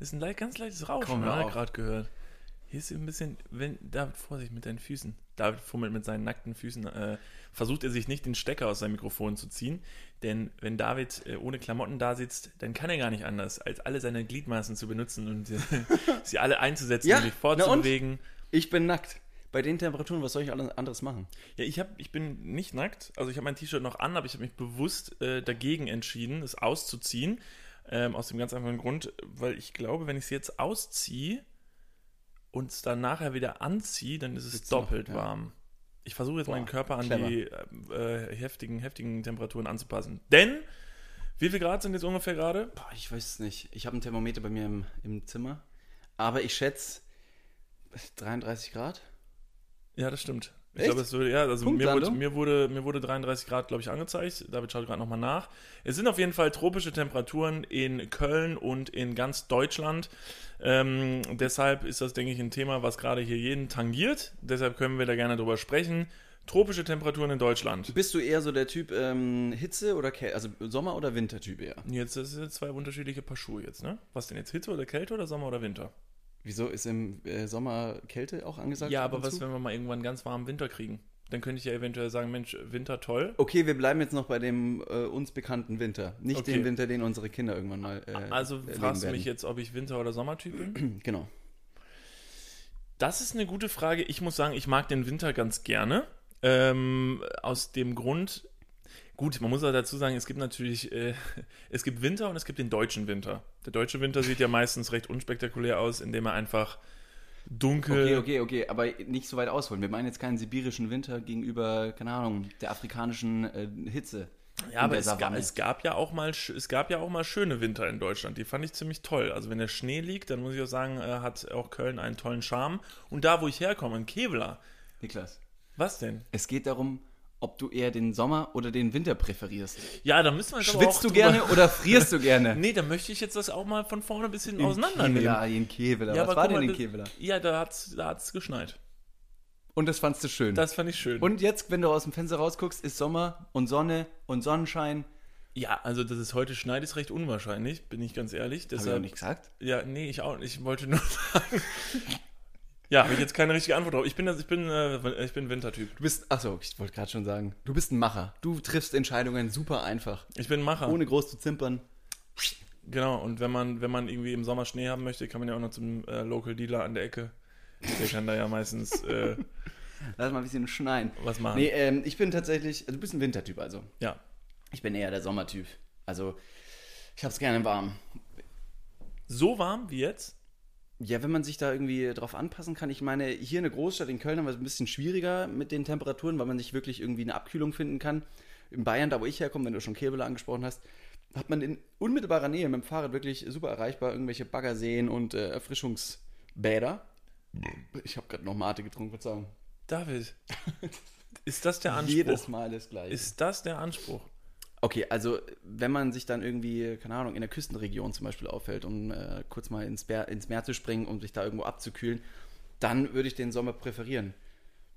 Ist ein le ganz leichtes Rauschen, Komm, hör ne, auf. gerade gehört. Hier ist ein bisschen, wenn, David, Vorsicht mit deinen Füßen. David fummelt mit seinen nackten Füßen, äh, versucht er sich nicht den Stecker aus seinem Mikrofon zu ziehen, denn wenn David äh, ohne Klamotten da sitzt, dann kann er gar nicht anders, als alle seine Gliedmaßen zu benutzen und äh, sie alle einzusetzen Ja, und sich na und? fortzubewegen. Ich bin nackt. Bei den Temperaturen, was soll ich alles- anderes machen? Ja, ich, hab, ich bin nicht nackt. Also ich habe mein T-Shirt noch an, aber ich habe mich bewusst äh, dagegen entschieden, es auszuziehen. Ähm, aus dem ganz einfachen Grund, weil ich glaube, wenn ich es jetzt ausziehe und es dann nachher wieder anziehe, dann ist es Wird's noch, doppelt ja. warm. Ich versuche jetzt meinen Körper an clever. die äh, äh, heftigen, heftigen Temperaturen anzupassen. Denn, wie viel Grad sind jetzt ungefähr gerade? Boah, ich weiß es nicht. Ich habe ein Thermometer bei mir im, im Zimmer. Aber ich schätze 33 Grad. Ja, das stimmt. Ich Echt? glaube, es würde, ja, also mir wurde, Punktlandung? mir, wurde, mir wurde 33 Grad, glaube ich, angezeigt. David schaut gerade nochmal nach. Es sind auf jeden Fall tropische Temperaturen in Köln und in ganz Deutschland. Ähm, deshalb ist das, denke ich, ein Thema, was gerade hier jeden tangiert. Deshalb können wir da gerne drüber sprechen. Tropische Temperaturen in Deutschland. Bist du eher so der Typ ähm, Hitze oder Kälte? Also Sommer- oder Wintertyp eher? Jetzt das sind zwei unterschiedliche Paar Schuhe jetzt, ne? Was denn jetzt? Hitze oder Kälte oder Sommer oder Winter? Wieso ist im äh, Sommer Kälte auch angesagt? Ja, ab aber und was, zu? wenn wir mal irgendwann ganz warmen Winter kriegen? Dann könnte ich ja eventuell sagen, Mensch, Winter toll. Okay, wir bleiben jetzt noch bei dem äh, uns bekannten Winter. Nicht Okay. den Winter, den unsere Kinder irgendwann mal. Äh, Also erleben fragst du werden. mich jetzt, ob ich Winter- oder Sommertyp bin? Genau. Das ist eine gute Frage. Ich muss sagen, ich mag den Winter ganz gerne. Ähm, aus dem Grund, gut, man muss auch dazu sagen, es gibt natürlich, äh, es gibt Winter und es gibt den deutschen Winter. Der deutsche Winter sieht ja meistens recht unspektakulär aus, indem er einfach dunkel. Okay, okay, okay, aber nicht so weit ausholen. Wir meinen jetzt keinen sibirischen Winter gegenüber, keine Ahnung, der afrikanischen äh, Hitze. Ja, aber der es gab, Savanne. es, gab ja auch mal, sch- es gab ja auch mal schöne Winter in Deutschland. Die fand ich ziemlich toll. Also wenn der Schnee liegt, dann muss ich auch sagen, äh, hat auch Köln einen tollen Charme. Und da, wo ich herkomme, in Kevlar, Niklas, was denn? es geht darum, ob du eher den Sommer oder den Winter präferierst. Ja, da müssen wir jetzt aber auch Schwitzt du drüber- gerne oder frierst du gerne? Nee, da möchte ich jetzt das auch mal von vorne ein bisschen auseinandernehmen. Kevela, in Kevela. Was war guck denn mal, in das- Kevela? Ja, da hat's, da hat's geschneit. Und das fandst du schön. Das fand ich schön. und jetzt, wenn du aus dem Fenster rausguckst, ist Sommer und Sonne und Sonnenschein. ja, also dass es heute schneit, ist recht unwahrscheinlich, bin ich ganz ehrlich. Hab ich Deshalb, doch nicht gesagt. Ja, nee, ich auch. Ich wollte nur sagen. ja, habe ich jetzt keine richtige Antwort drauf. Ich bin das, ich bin, äh, ich bin Wintertyp. Du bist, achso, ich wollte gerade schon sagen, du bist ein Macher. Du triffst Entscheidungen super einfach. Ich bin Macher. Ohne groß zu zimpern. Genau. Und wenn man, wenn man irgendwie im Sommer Schnee haben möchte, kann man ja auch noch zum äh, Local Dealer an der Ecke. Der kann da ja meistens äh, Lass mal ein bisschen schneien. was machen. Nee, ähm, ich bin tatsächlich, also du bist ein Wintertyp, also. Ja. Ich bin eher der Sommertyp. Also, ich hab's gerne warm. So warm wie jetzt. Ja, wenn man sich da irgendwie drauf anpassen kann. Ich meine, hier in der Großstadt in Köln haben wir es ein bisschen schwieriger mit den Temperaturen, weil man nicht wirklich irgendwie eine Abkühlung finden kann. In Bayern, da wo ich herkomme, wenn du schon Kebele angesprochen hast, hat man in unmittelbarer Nähe mit dem Fahrrad wirklich super erreichbar irgendwelche Baggerseen und äh, Erfrischungsbäder. Ich habe gerade noch Mate getrunken, Verzeihung. David, ist das der Anspruch? Jedes Mal das Gleiche. Ist das der Anspruch? Okay, also wenn man sich dann irgendwie, keine Ahnung, in der Küstenregion zum Beispiel aufhält, um äh, kurz mal ins, Bär, ins Meer zu springen, um sich da irgendwo abzukühlen, dann würde ich den Sommer präferieren.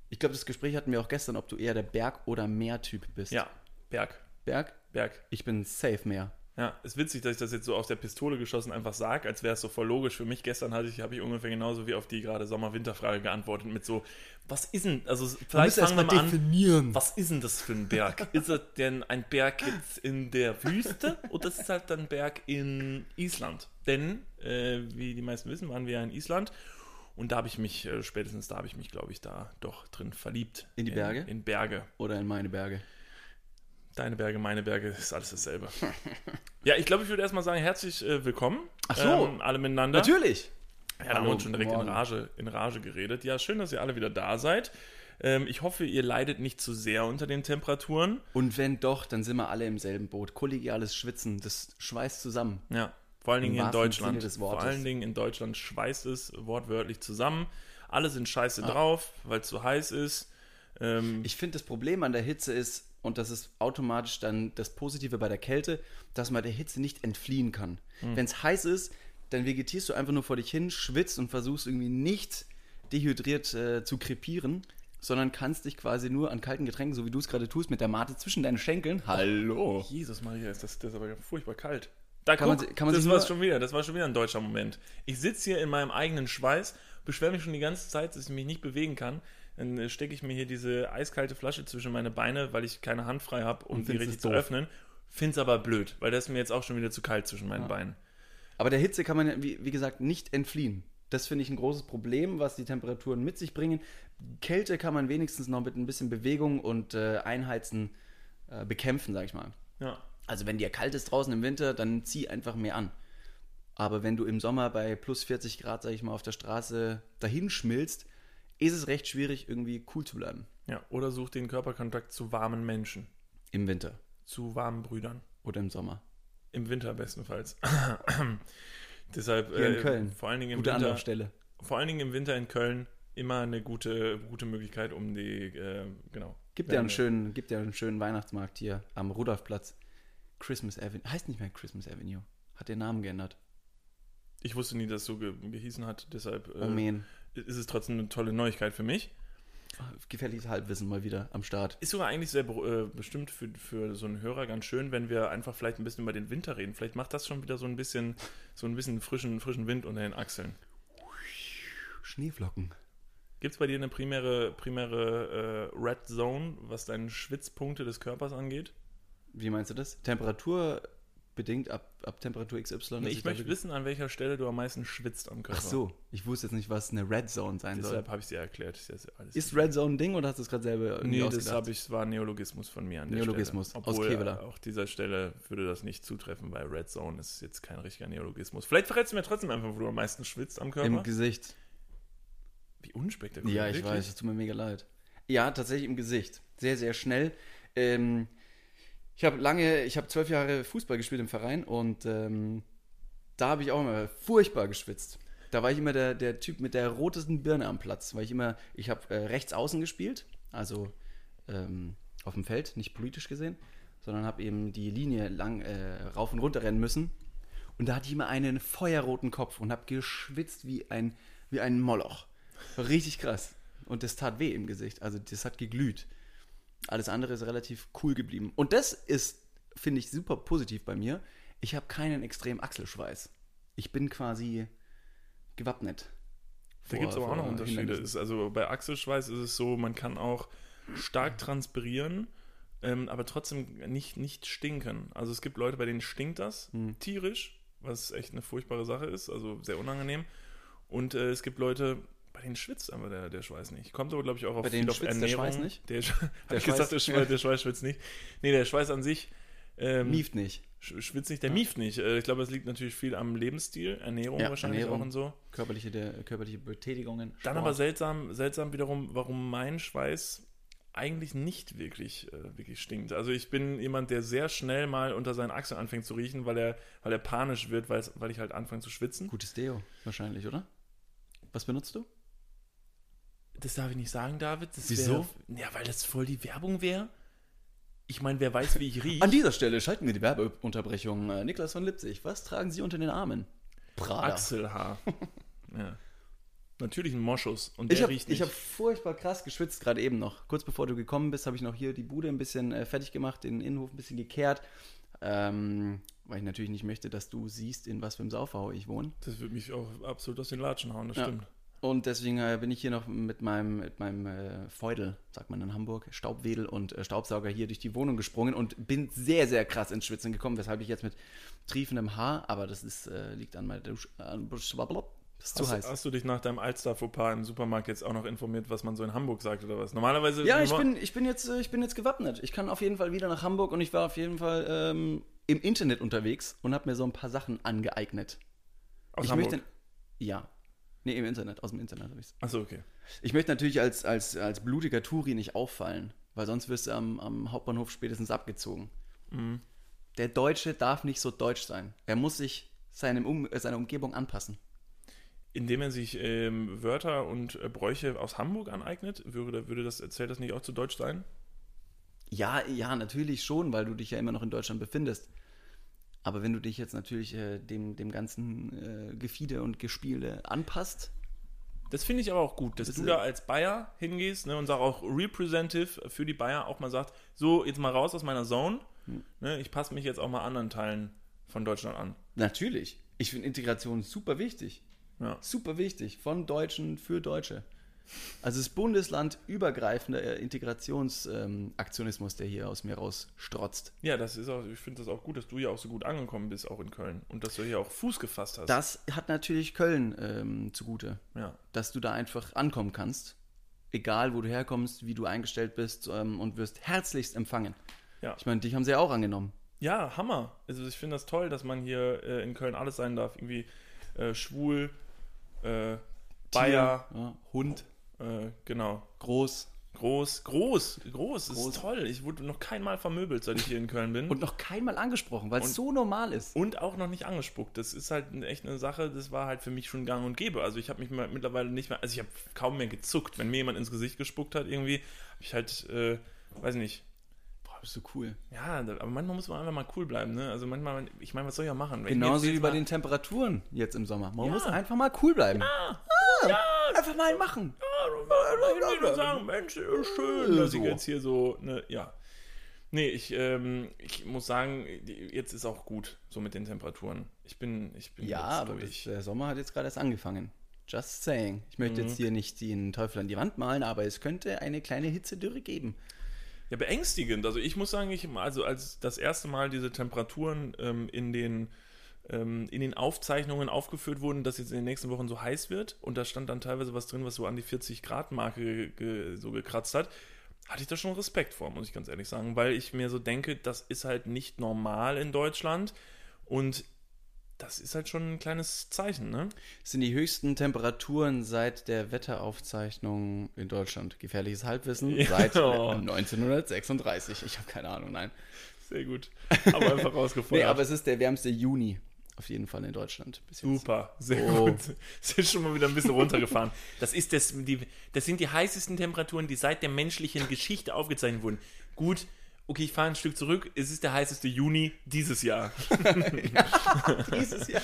Ich glaube, das Gespräch hatten wir auch gestern, ob du eher der Berg- oder Meer-Typ bist. Ja, Berg, Berg? Berg. Ich bin safe Meer. Ja, ist witzig, dass ich das jetzt so aus der Pistole geschossen einfach sage, als wäre es so voll logisch. Für mich gestern hatte ich, habe ich ungefähr genauso wie auf die gerade Sommer-Winter-Frage geantwortet mit so, was ist denn, also vielleicht fangen wir mal an, definieren. was ist denn das für ein Berg? ist das denn ein Berg jetzt in der Wüste oder ist es halt ein Berg in Island? Denn, äh, wie die meisten wissen, waren wir ja in Island und da habe ich mich, äh, spätestens da habe ich mich, glaube ich, da doch drin verliebt. In die Berge? In, in Berge. Oder in meine Berge. Deine Berge, meine Berge, ist alles dasselbe. ja, ich glaube, ich würde erstmal sagen, herzlich äh, willkommen. ähm, Ach so. alle miteinander. Natürlich. Ja, da haben wir Hallo, uns schon direkt in morgen. Rage, in Rage geredet. Ja, schön, dass ihr alle wieder da seid. Ähm, ich hoffe, ihr leidet nicht zu sehr unter den Temperaturen. Und wenn doch, dann sind wir alle im selben Boot. Kollegiales Schwitzen, das schweißt zusammen. Ja, vor allen Dingen Im hier in wahrsten Sinne Deutschland. des Vor Wortes. allen Dingen in Deutschland schweißt es wortwörtlich zusammen. Alle sind Ah. scheiße drauf, weil es zu heiß ist. Ähm, Ich finde, das Problem an der Hitze ist, und das ist automatisch dann das Positive bei der Kälte, dass man der Hitze nicht entfliehen kann. Wenn es heiß ist, dann vegetierst du einfach nur vor dich hin, schwitzt und versuchst irgendwie nicht dehydriert äh, zu krepieren, sondern kannst dich quasi nur an kalten Getränken, so wie du es gerade tust, mit der Mate zwischen deinen Schenkeln. Hallo! Jesus Maria, ist das, das ist aber furchtbar kalt. Da Kann guck, man si- kann man das sich war nur- schon wieder, das war schon wieder ein deutscher Moment. Ich sitze hier in meinem eigenen Schweiß, beschwere mich schon die ganze Zeit, dass ich mich nicht bewegen kann. Dann äh, stecke ich mir hier diese eiskalte Flasche zwischen meine Beine, weil ich keine Hand frei habe, um Und die findest richtig es zu doof. öffnen. Find's aber blöd, weil das ist mir jetzt auch schon wieder zu kalt zwischen meinen Ja. Beinen. Aber der Hitze kann man, ja, wie, wie gesagt, nicht entfliehen. Das finde ich ein großes Problem, was die Temperaturen mit sich bringen. Kälte kann man wenigstens noch mit ein bisschen Bewegung und äh, Einheizen äh, bekämpfen, sag ich mal. Ja. Also wenn dir kalt ist draußen im Winter, dann zieh einfach mehr an. Aber wenn du im Sommer bei plus 40 Grad, sag ich mal, auf der Straße dahin schmilzt, ist es recht schwierig, irgendwie cool zu bleiben ja. Oder such den Körperkontakt zu warmen Menschen, im Winter zu warmen Brüdern. oder im Sommer. Im Winter bestenfalls. Deshalb äh, Hier in Köln. vor allen Dingen im Gute Winter. Anlaufstelle. vor allen Dingen im Winter in Köln immer eine gute, gute Möglichkeit, um die, äh, genau. Gibt ja Wärme. einen schönen, gibt ja einen schönen Weihnachtsmarkt hier am Rudolfplatz. Christmas Avenue. Heißt nicht mehr Christmas Avenue. Hat den Namen geändert. Ich wusste nie, dass es so ge gehießen hat, deshalb Oh äh, man. ist es trotzdem eine tolle Neuigkeit für mich. Gefährliches Halbwissen mal wieder am Start. Ist sogar eigentlich sehr be- äh, bestimmt für, für so einen Hörer ganz schön, wenn wir einfach vielleicht ein bisschen über den Winter reden. Vielleicht macht das schon wieder so ein bisschen, so ein bisschen frischen, frischen Wind unter den Achseln. Schneeflocken. Gibt es bei dir eine primäre, primäre äh, Red Zone, was deine Schwitzpunkte des Körpers angeht? Wie meinst du das? Temperatur bedingt ab, ab Temperatur XY? dass ich, da möchte wirklich- wissen, an welcher Stelle du am meisten schwitzt am Körper. Ach so, ich wusste jetzt nicht, was eine Red Zone sein Deshalb soll. habe ich es dir erklärt. Ist, jetzt alles Ist Red Zone ein Ding oder hast du es gerade selber irgendwie nee, das ausgedacht? habe ich, es war Neologismus von mir an der Neologismus Stelle. aus Obwohl, Kevela. äh, Auch dieser Stelle würde das nicht zutreffen, weil Red Zone ist jetzt kein richtiger Neologismus. Vielleicht verrätst du mir trotzdem einfach, wo du am meisten schwitzt am Im Körper. Gesicht. Wie unspektakulär. Ja, ich wirklich. weiß, es tut mir mega leid. Ja, tatsächlich im Gesicht. Sehr, sehr schnell. Ähm, ich habe lange, ich habe zwölf Jahre Fußball gespielt im Verein und ähm, da habe ich auch immer furchtbar geschwitzt. Da war ich immer der, der Typ mit der rotesten Birne am Platz, weil ich immer, ich habe äh, rechts außen gespielt, also ähm, auf dem Feld, nicht politisch gesehen, sondern habe eben die Linie lang äh, rauf und runter rennen müssen. Und da hatte ich immer einen feuerroten Kopf und habe geschwitzt wie ein, wie ein Moloch. War Richtig krass. Und das tat weh im Gesicht. Also das hat geglüht. Alles andere ist relativ cool geblieben. Und das ist, finde ich, super positiv bei mir. Ich habe keinen extremen Achselschweiß. Ich bin quasi gewappnet. Da gibt es Vor- auch noch vor Unterschiede. Hindernissen. äh, Ist, also bei Achselschweiß ist es so, man kann auch stark transpirieren, ähm, aber trotzdem nicht, nicht stinken. Also es gibt Leute, bei denen stinkt das Hm. tierisch, was echt eine furchtbare Sache ist, also sehr unangenehm. Und äh, es gibt Leute, bei denen schwitzt einfach der, der Schweiß nicht. Kommt aber, glaube ich, auch auf Bei denen viel auf schwitzt der Schweiß nicht? Der, Sch- hab ich Schweiß- gesagt, der, Schweiß, der Schweiß schwitzt nicht. Nee, der Schweiß an sich. Ähm, Mieft nicht. sch- Schwitzt nicht, der mieft nicht. Äh, Ich glaube, es liegt natürlich viel am Lebensstil, Ernährung Ja, wahrscheinlich Ernährung. auch und so. Körperliche, der, körperliche Betätigungen. Dann Sport. aber seltsam, seltsam wiederum, warum mein Schweiß eigentlich nicht wirklich, äh, wirklich stinkt. Also ich bin jemand, der sehr schnell mal unter seinen Achseln anfängt zu riechen, weil er, weil er panisch wird, weil, es- weil ich halt anfange zu schwitzen. Gutes Deo wahrscheinlich, oder? Was benutzt du? Das darf ich nicht sagen, David. Das Wieso? Wär, ja, weil das voll die Werbung wäre. Ich meine, wer weiß, wie ich rieche. An dieser Stelle schalten wir die Werbeunterbrechung. Äh, Niklas von Lipzig, was tragen Sie unter den Armen? Prada. Achselhaar. ja. Natürlich ein Moschus und der Ich habe riecht hab nicht. furchtbar krass geschwitzt, gerade eben noch. Kurz bevor du gekommen bist, habe ich noch hier die Bude ein bisschen äh, fertig gemacht, den Innenhof ein bisschen gekehrt. Ähm, weil ich natürlich nicht möchte, dass du siehst, in was für einem Saufhau ich wohne. das würde mich auch absolut aus den Latschen hauen, das Ja. stimmt. Und deswegen äh, bin ich hier noch mit meinem, mit meinem äh, Feudel, sagt man in Hamburg, Staubwedel und äh, Staubsauger hier durch die Wohnung gesprungen und bin sehr, sehr krass ins Schwitzen gekommen, weshalb ich jetzt mit triefendem Haar, aber das ist, äh, liegt an meiner Dusche. An, das ist zu hast, heiß. Hast du dich nach deinem Alster-Fauxpas im Supermarkt jetzt auch noch informiert, was man so in Hamburg sagt oder was? Normalerweise. Ja, ich norma- bin, ich, bin jetzt, äh, ich bin jetzt gewappnet. Ich kann auf jeden Fall wieder nach Hamburg und ich war auf jeden Fall ähm, im Internet unterwegs und habe mir so ein paar Sachen angeeignet. Aus ich Hamburg. möchte. Ja. Nee, im Internet, aus dem Internet habe ich's. Achso, okay. Ich möchte natürlich als, als, als blutiger Touri nicht auffallen, weil sonst wirst du am, am Hauptbahnhof spätestens abgezogen. Mhm. Der Deutsche darf nicht so deutsch sein. Er muss sich seinem um, äh, seiner Umgebung anpassen. Indem er sich ähm, Wörter und äh, Bräuche aus Hamburg aneignet, würde, würde das, zählt das nicht auch zu Deutsch sein? Ja, ja, natürlich schon, weil du dich ja immer noch in Deutschland befindest. Aber wenn du dich jetzt natürlich äh, dem, dem ganzen äh, Gefiede und Gespiele anpasst, Das finde ich aber auch gut, dass Das du ist- da als Bayer hingehst ne, und sag auch Representative für die Bayer auch mal sagt, so, jetzt mal raus aus meiner Zone. Ne, ich passe mich jetzt auch mal anderen Teilen von Deutschland an. Natürlich. Ich finde Integration super wichtig. Ja. Super wichtig. Von Deutschen für Deutsche. Also es ist bundeslandübergreifender äh, Integrationsaktionismus, ähm, Aktionismus, der hier aus mir rausstrotzt. Ja, das ist auch, ich finde das auch gut, dass du hier auch so gut angekommen bist, auch in Köln. Und dass du hier auch Fuß gefasst hast. Das hat natürlich Köln ähm, zugute, ja. dass du da einfach ankommen kannst. Egal, wo du herkommst, wie du eingestellt bist ähm, und wirst herzlichst empfangen. Ja. Ich meine, dich haben sie ja auch angenommen. ja, Hammer. Also ich finde das toll, dass man hier äh, in Köln alles sein darf. Irgendwie äh, schwul, äh, Bayer, Tier, ja, Hund, äh, genau. groß. Groß, groß, groß, das Groß. ist toll. Ich wurde noch keinmal vermöbelt, seit ich hier in Köln bin. Und noch keinmal angesprochen, weil Und- es so normal ist. Und auch noch nicht angespuckt. Das ist halt eine- echt eine Sache, das war halt für mich schon gang und gäbe. Also ich habe mich mal- mittlerweile nicht mehr, also ich habe kaum mehr gezuckt. Wenn mir jemand ins Gesicht gespuckt hat, irgendwie, habe ich halt, äh, weiß nicht. Boah, bist du cool. Ja, da- aber manchmal muss man einfach mal cool bleiben, ne? Also manchmal, ich meine, was soll ich auch machen? Wenn ich Genauso jetzt- wie jetzt bei mal- den Temperaturen jetzt im Sommer. Man Ja. muss einfach mal cool bleiben. Ah, Einfach mal machen. Ich würde sagen, Mensch, ist schön, dass ich So. jetzt hier so, ne, ja. Nee, ich, ähm, ich muss sagen, die- jetzt ist auch gut, so mit den Temperaturen. Ich bin, ich bin Ja, jetzt aber das, durch. der Sommer hat jetzt gerade erst angefangen. Just saying. Ich möchte Mhm. jetzt hier nicht den Teufel an die Wand malen, aber es könnte eine kleine Hitzedürre geben. Ja, beängstigend. Also ich muss sagen, ich, also als das erste Mal diese Temperaturen ähm, in den ähm, in den Aufzeichnungen aufgeführt wurden, dass jetzt in den nächsten Wochen so heiß wird und da stand dann teilweise was drin, was so an die 40 Grad Marke ge, so gekratzt hat, hatte ich da schon Respekt vor, muss ich ganz ehrlich sagen, weil ich mir so denke, das ist halt nicht normal in Deutschland und das ist halt schon ein kleines Zeichen, ne? Es sind die höchsten Temperaturen seit der Wetteraufzeichnung in Deutschland. Gefährliches Halbwissen Ja. seit 1936. Ich habe keine Ahnung, nein. Sehr gut. Aber einfach Nee, rausgefeuert. aber es ist der wärmste Juni auf jeden Fall in Deutschland. Bis jetzt. Super, sehr Oh. gut. Sind schon mal wieder ein bisschen runtergefahren. Das, ist das, die, das sind die heißesten Temperaturen, die seit der menschlichen Geschichte aufgezeichnet wurden. Gut, okay, ich fahre ein Stück zurück. Es ist der heißeste Juni dieses Jahr. Dieses Jahr.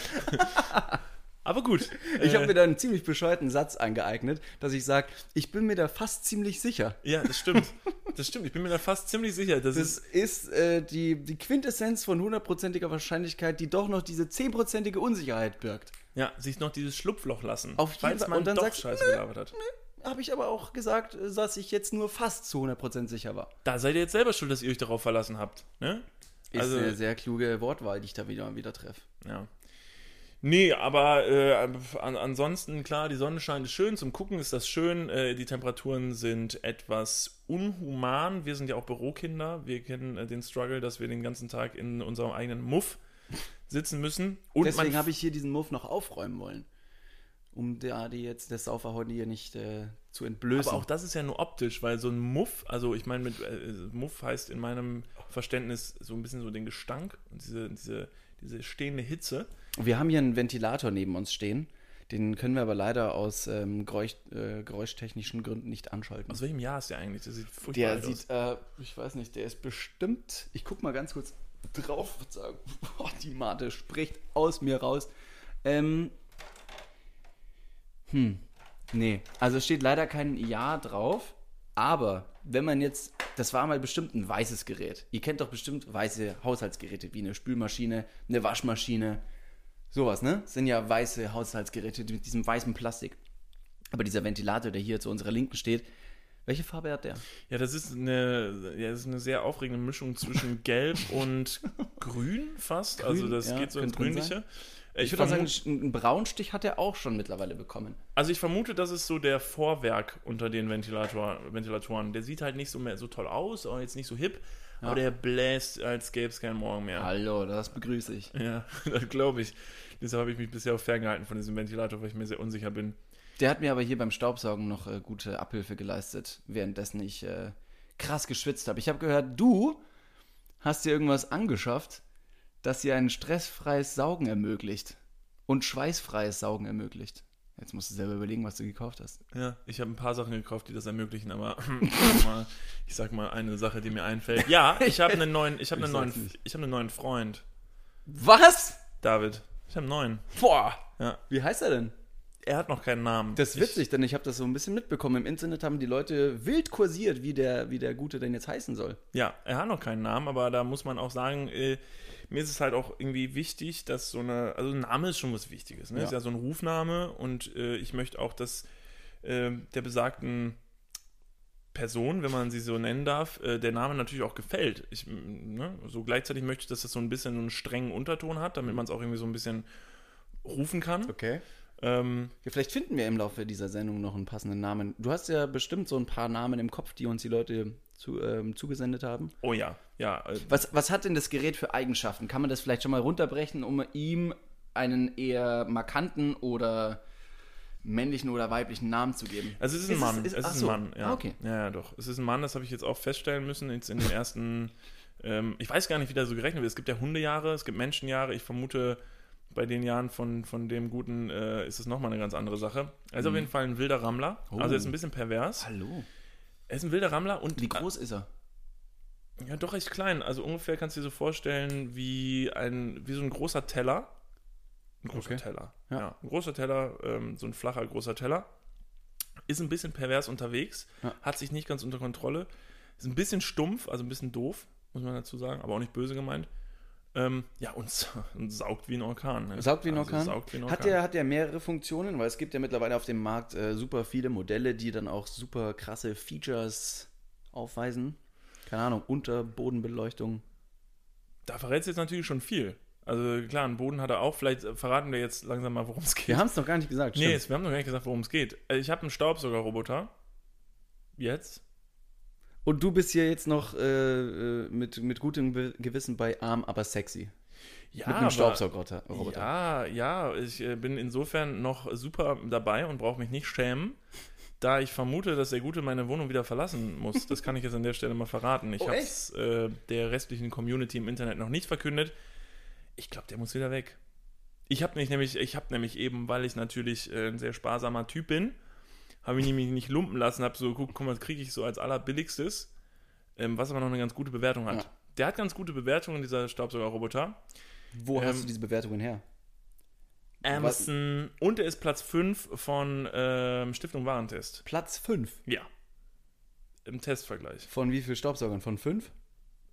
Aber gut. Ich Äh, habe mir da einen ziemlich bescheuerten Satz angeeignet, dass ich sage, ich bin mir da fast ziemlich sicher. ja, das stimmt. Das stimmt. Ich bin mir da fast ziemlich sicher. Das, Das ist. ist äh, die, die Quintessenz von hundertprozentiger Wahrscheinlichkeit, die doch noch diese zehnprozentige Unsicherheit birgt. Ja, sich noch dieses Schlupfloch lassen. Auf jeden falls Fall. man Und dann doch sagst du, Scheiße gelabert hat. Habe ich aber auch gesagt, äh, dass ich jetzt nur fast zu 100% sicher war. Da seid ihr jetzt selber schuld, dass ihr euch darauf verlassen habt. Ne? Ist also, eine sehr kluge Wortwahl, die ich da wieder mal wieder treffe. Ja. Nee, aber äh, an, ansonsten, klar, die Sonne scheint ist schön, zum Gucken ist das schön. Äh, die Temperaturen sind etwas unhuman. Wir sind ja auch Bürokinder. Wir kennen äh, den Struggle, dass wir den ganzen Tag in unserem eigenen Muff sitzen müssen. Und Deswegen man, habe ich hier diesen Muff noch aufräumen wollen. Um da die jetzt der Saufer heute hier nicht äh, zu entblößen. aber auch das ist ja nur optisch, weil so ein Muff, also ich meine, mit äh, Muff heißt in meinem Verständnis so ein bisschen so den Gestank und diese, diese, diese stehende Hitze. Wir haben hier einen Ventilator neben uns stehen. Den können wir aber leider aus ähm, Geräusch, äh, geräuschtechnischen Gründen nicht anschalten. Aus welchem Jahr ist der eigentlich? Der sieht furchtbar Der alt aus. sieht, äh, ich weiß nicht, der ist bestimmt. Ich guck mal ganz kurz drauf und sage, boah, die Mate spricht aus mir raus. Ähm. Hm. Nee. Also es steht leider kein Ja drauf. Aber wenn man jetzt, das war mal bestimmt ein weißes Gerät. Ihr kennt doch bestimmt weiße Haushaltsgeräte, wie eine Spülmaschine, eine Waschmaschine, sowas, ne? Das sind ja weiße Haushaltsgeräte mit diesem weißen Plastik. Aber dieser Ventilator, der hier zu unserer Linken steht, welche Farbe hat der? Ja, das ist eine, ja, das ist eine sehr aufregende Mischung zwischen Gelb und Grün fast. also das ja, geht so ins könnte drin Grünliche. Äh, Ich würde auch sagen, einen Braunstich hat er auch schon mittlerweile bekommen. also ich vermute, das ist so der Vorwerk unter den Ventilator, Ventilatoren. Der sieht halt nicht so mehr so toll aus, auch jetzt nicht so hip, aber der bläst, als gäbe es keinen Morgen mehr. Hallo, das begrüße ich. Ja, das glaube ich. Deshalb habe ich mich bisher auch ferngehalten von diesem Ventilator, weil ich mir sehr unsicher bin. Der hat mir aber hier beim Staubsaugen noch äh, gute Abhilfe geleistet, währenddessen ich äh, krass geschwitzt habe. Ich habe gehört, du hast dir irgendwas angeschafft, das dir ein stressfreies Saugen ermöglicht und schweißfreies Saugen ermöglicht. Jetzt musst du selber überlegen, was du gekauft hast. Ja, ich habe ein paar Sachen gekauft, die das ermöglichen, aber mal, ich sag mal eine Sache, die mir einfällt. Ja, ich habe einen neuen, ich habe Ich einen sag's neuen, nicht. ich habe einen neuen Freund. Was? David. Ich habe einen neuen. Boah! Ja. Wie heißt er denn? er hat noch keinen Namen. Das ist witzig, denn ich habe das so ein bisschen mitbekommen. Im Internet haben die Leute wild kursiert, wie der, wie der Gute denn jetzt heißen soll. Ja, er hat noch keinen Namen, aber da muss man auch sagen, äh, mir ist es halt auch irgendwie wichtig, dass so eine, also ein Name ist schon was Wichtiges, ne? Ja. Ist ja so ein Rufname und äh, ich möchte auch, dass äh, der besagten Person, wenn man sie so nennen darf, äh, der Name natürlich auch gefällt. Ich, m, ne? So gleichzeitig möchte ich, dass das so ein bisschen einen strengen Unterton hat, damit man es auch irgendwie so ein bisschen rufen kann. Okay. Ähm, Ja, vielleicht finden wir im Laufe dieser Sendung noch einen passenden Namen. Du hast ja bestimmt so ein paar Namen im Kopf, die uns die Leute zu, ähm, zugesendet haben. oh ja, ja. äh, Was, was hat denn das Gerät für Eigenschaften? Kann man das vielleicht schon mal runterbrechen, um ihm einen eher markanten oder männlichen oder weiblichen Namen zu geben? Also es ist, Ist ein es- Mann. ist- Es ist ach ein so. Mann. Ja. Ah, okay. ja, ja, doch. Es ist ein Mann, das habe ich jetzt auch feststellen müssen, jetzt in den ersten, ähm, ich weiß gar nicht, wie da so gerechnet wird. Es gibt ja Hundejahre, es gibt Menschenjahre. Ich vermute, bei den Jahren von, von dem Guten äh, ist es nochmal eine ganz andere Sache. Er ist auf jeden Fall ein wilder Rammler. Mhm. Oh. Also er ist ein bisschen pervers. Hallo. Er ist ein wilder Rammler und Wie groß ist er? ja, doch recht klein. Also ungefähr kannst du dir so vorstellen, wie ein, wie so ein großer Teller. Ein großer Okay. Teller. Ja. Ja. ein großer Teller, ähm, so ein flacher, großer Teller. Ist ein bisschen pervers unterwegs, Ja. hat sich nicht ganz unter Kontrolle. Ist ein bisschen stumpf, also ein bisschen doof, muss man dazu sagen, aber auch nicht böse gemeint. Ähm, ja, und, sa- und saugt wie ein Orkan. Ne? Saugt wie ein Also Orkan. Saugt wie ein Orkan. Hat der, hat der mehrere Funktionen? Weil es gibt ja mittlerweile auf dem Markt äh, super viele Modelle, die dann auch super krasse Features aufweisen. Keine Ahnung, Unterbodenbeleuchtung. da verrät jetzt natürlich schon viel. Also klar, einen Boden hat er auch. Vielleicht äh, verraten wir jetzt langsam mal, worum es geht. Wir haben es noch gar nicht gesagt. Nee, stimmt. es, wir haben noch gar nicht gesagt, worum es geht. Äh, Ich habe einen Staubsaugerroboter. Jetzt? Und du bist hier jetzt noch äh, äh, mit, mit gutem Be- Gewissen bei arm, aber sexy. Ja, Mit einem aber- Staubsaugerroboter. Roboter. Ja, ja, ich äh, bin insofern noch super dabei und brauche mich nicht schämen, da ich vermute, dass der Gute meine Wohnung wieder verlassen muss. Das kann ich jetzt an der Stelle mal verraten. Ich Oh, habe es äh, der restlichen Community im Internet noch nicht verkündet. Ich glaube, der muss wieder weg. Ich habe mich nämlich, ich habe nämlich eben, weil ich natürlich äh, ein sehr sparsamer Typ bin, habe ich nämlich nicht lumpen lassen, habe so geguckt, guck mal, was kriege ich so als allerbilligstes, ähm, was aber noch eine ganz gute Bewertung hat. Ja. Der hat ganz gute Bewertungen, dieser Staubsaugerroboter. Wo hast ähm, du diese Bewertungen her? Amazon. Und er ist Platz 5 von ähm, Stiftung Warentest. Platz 5. Ja. Im Testvergleich. Von wie vielen Staubsaugern? Von 5?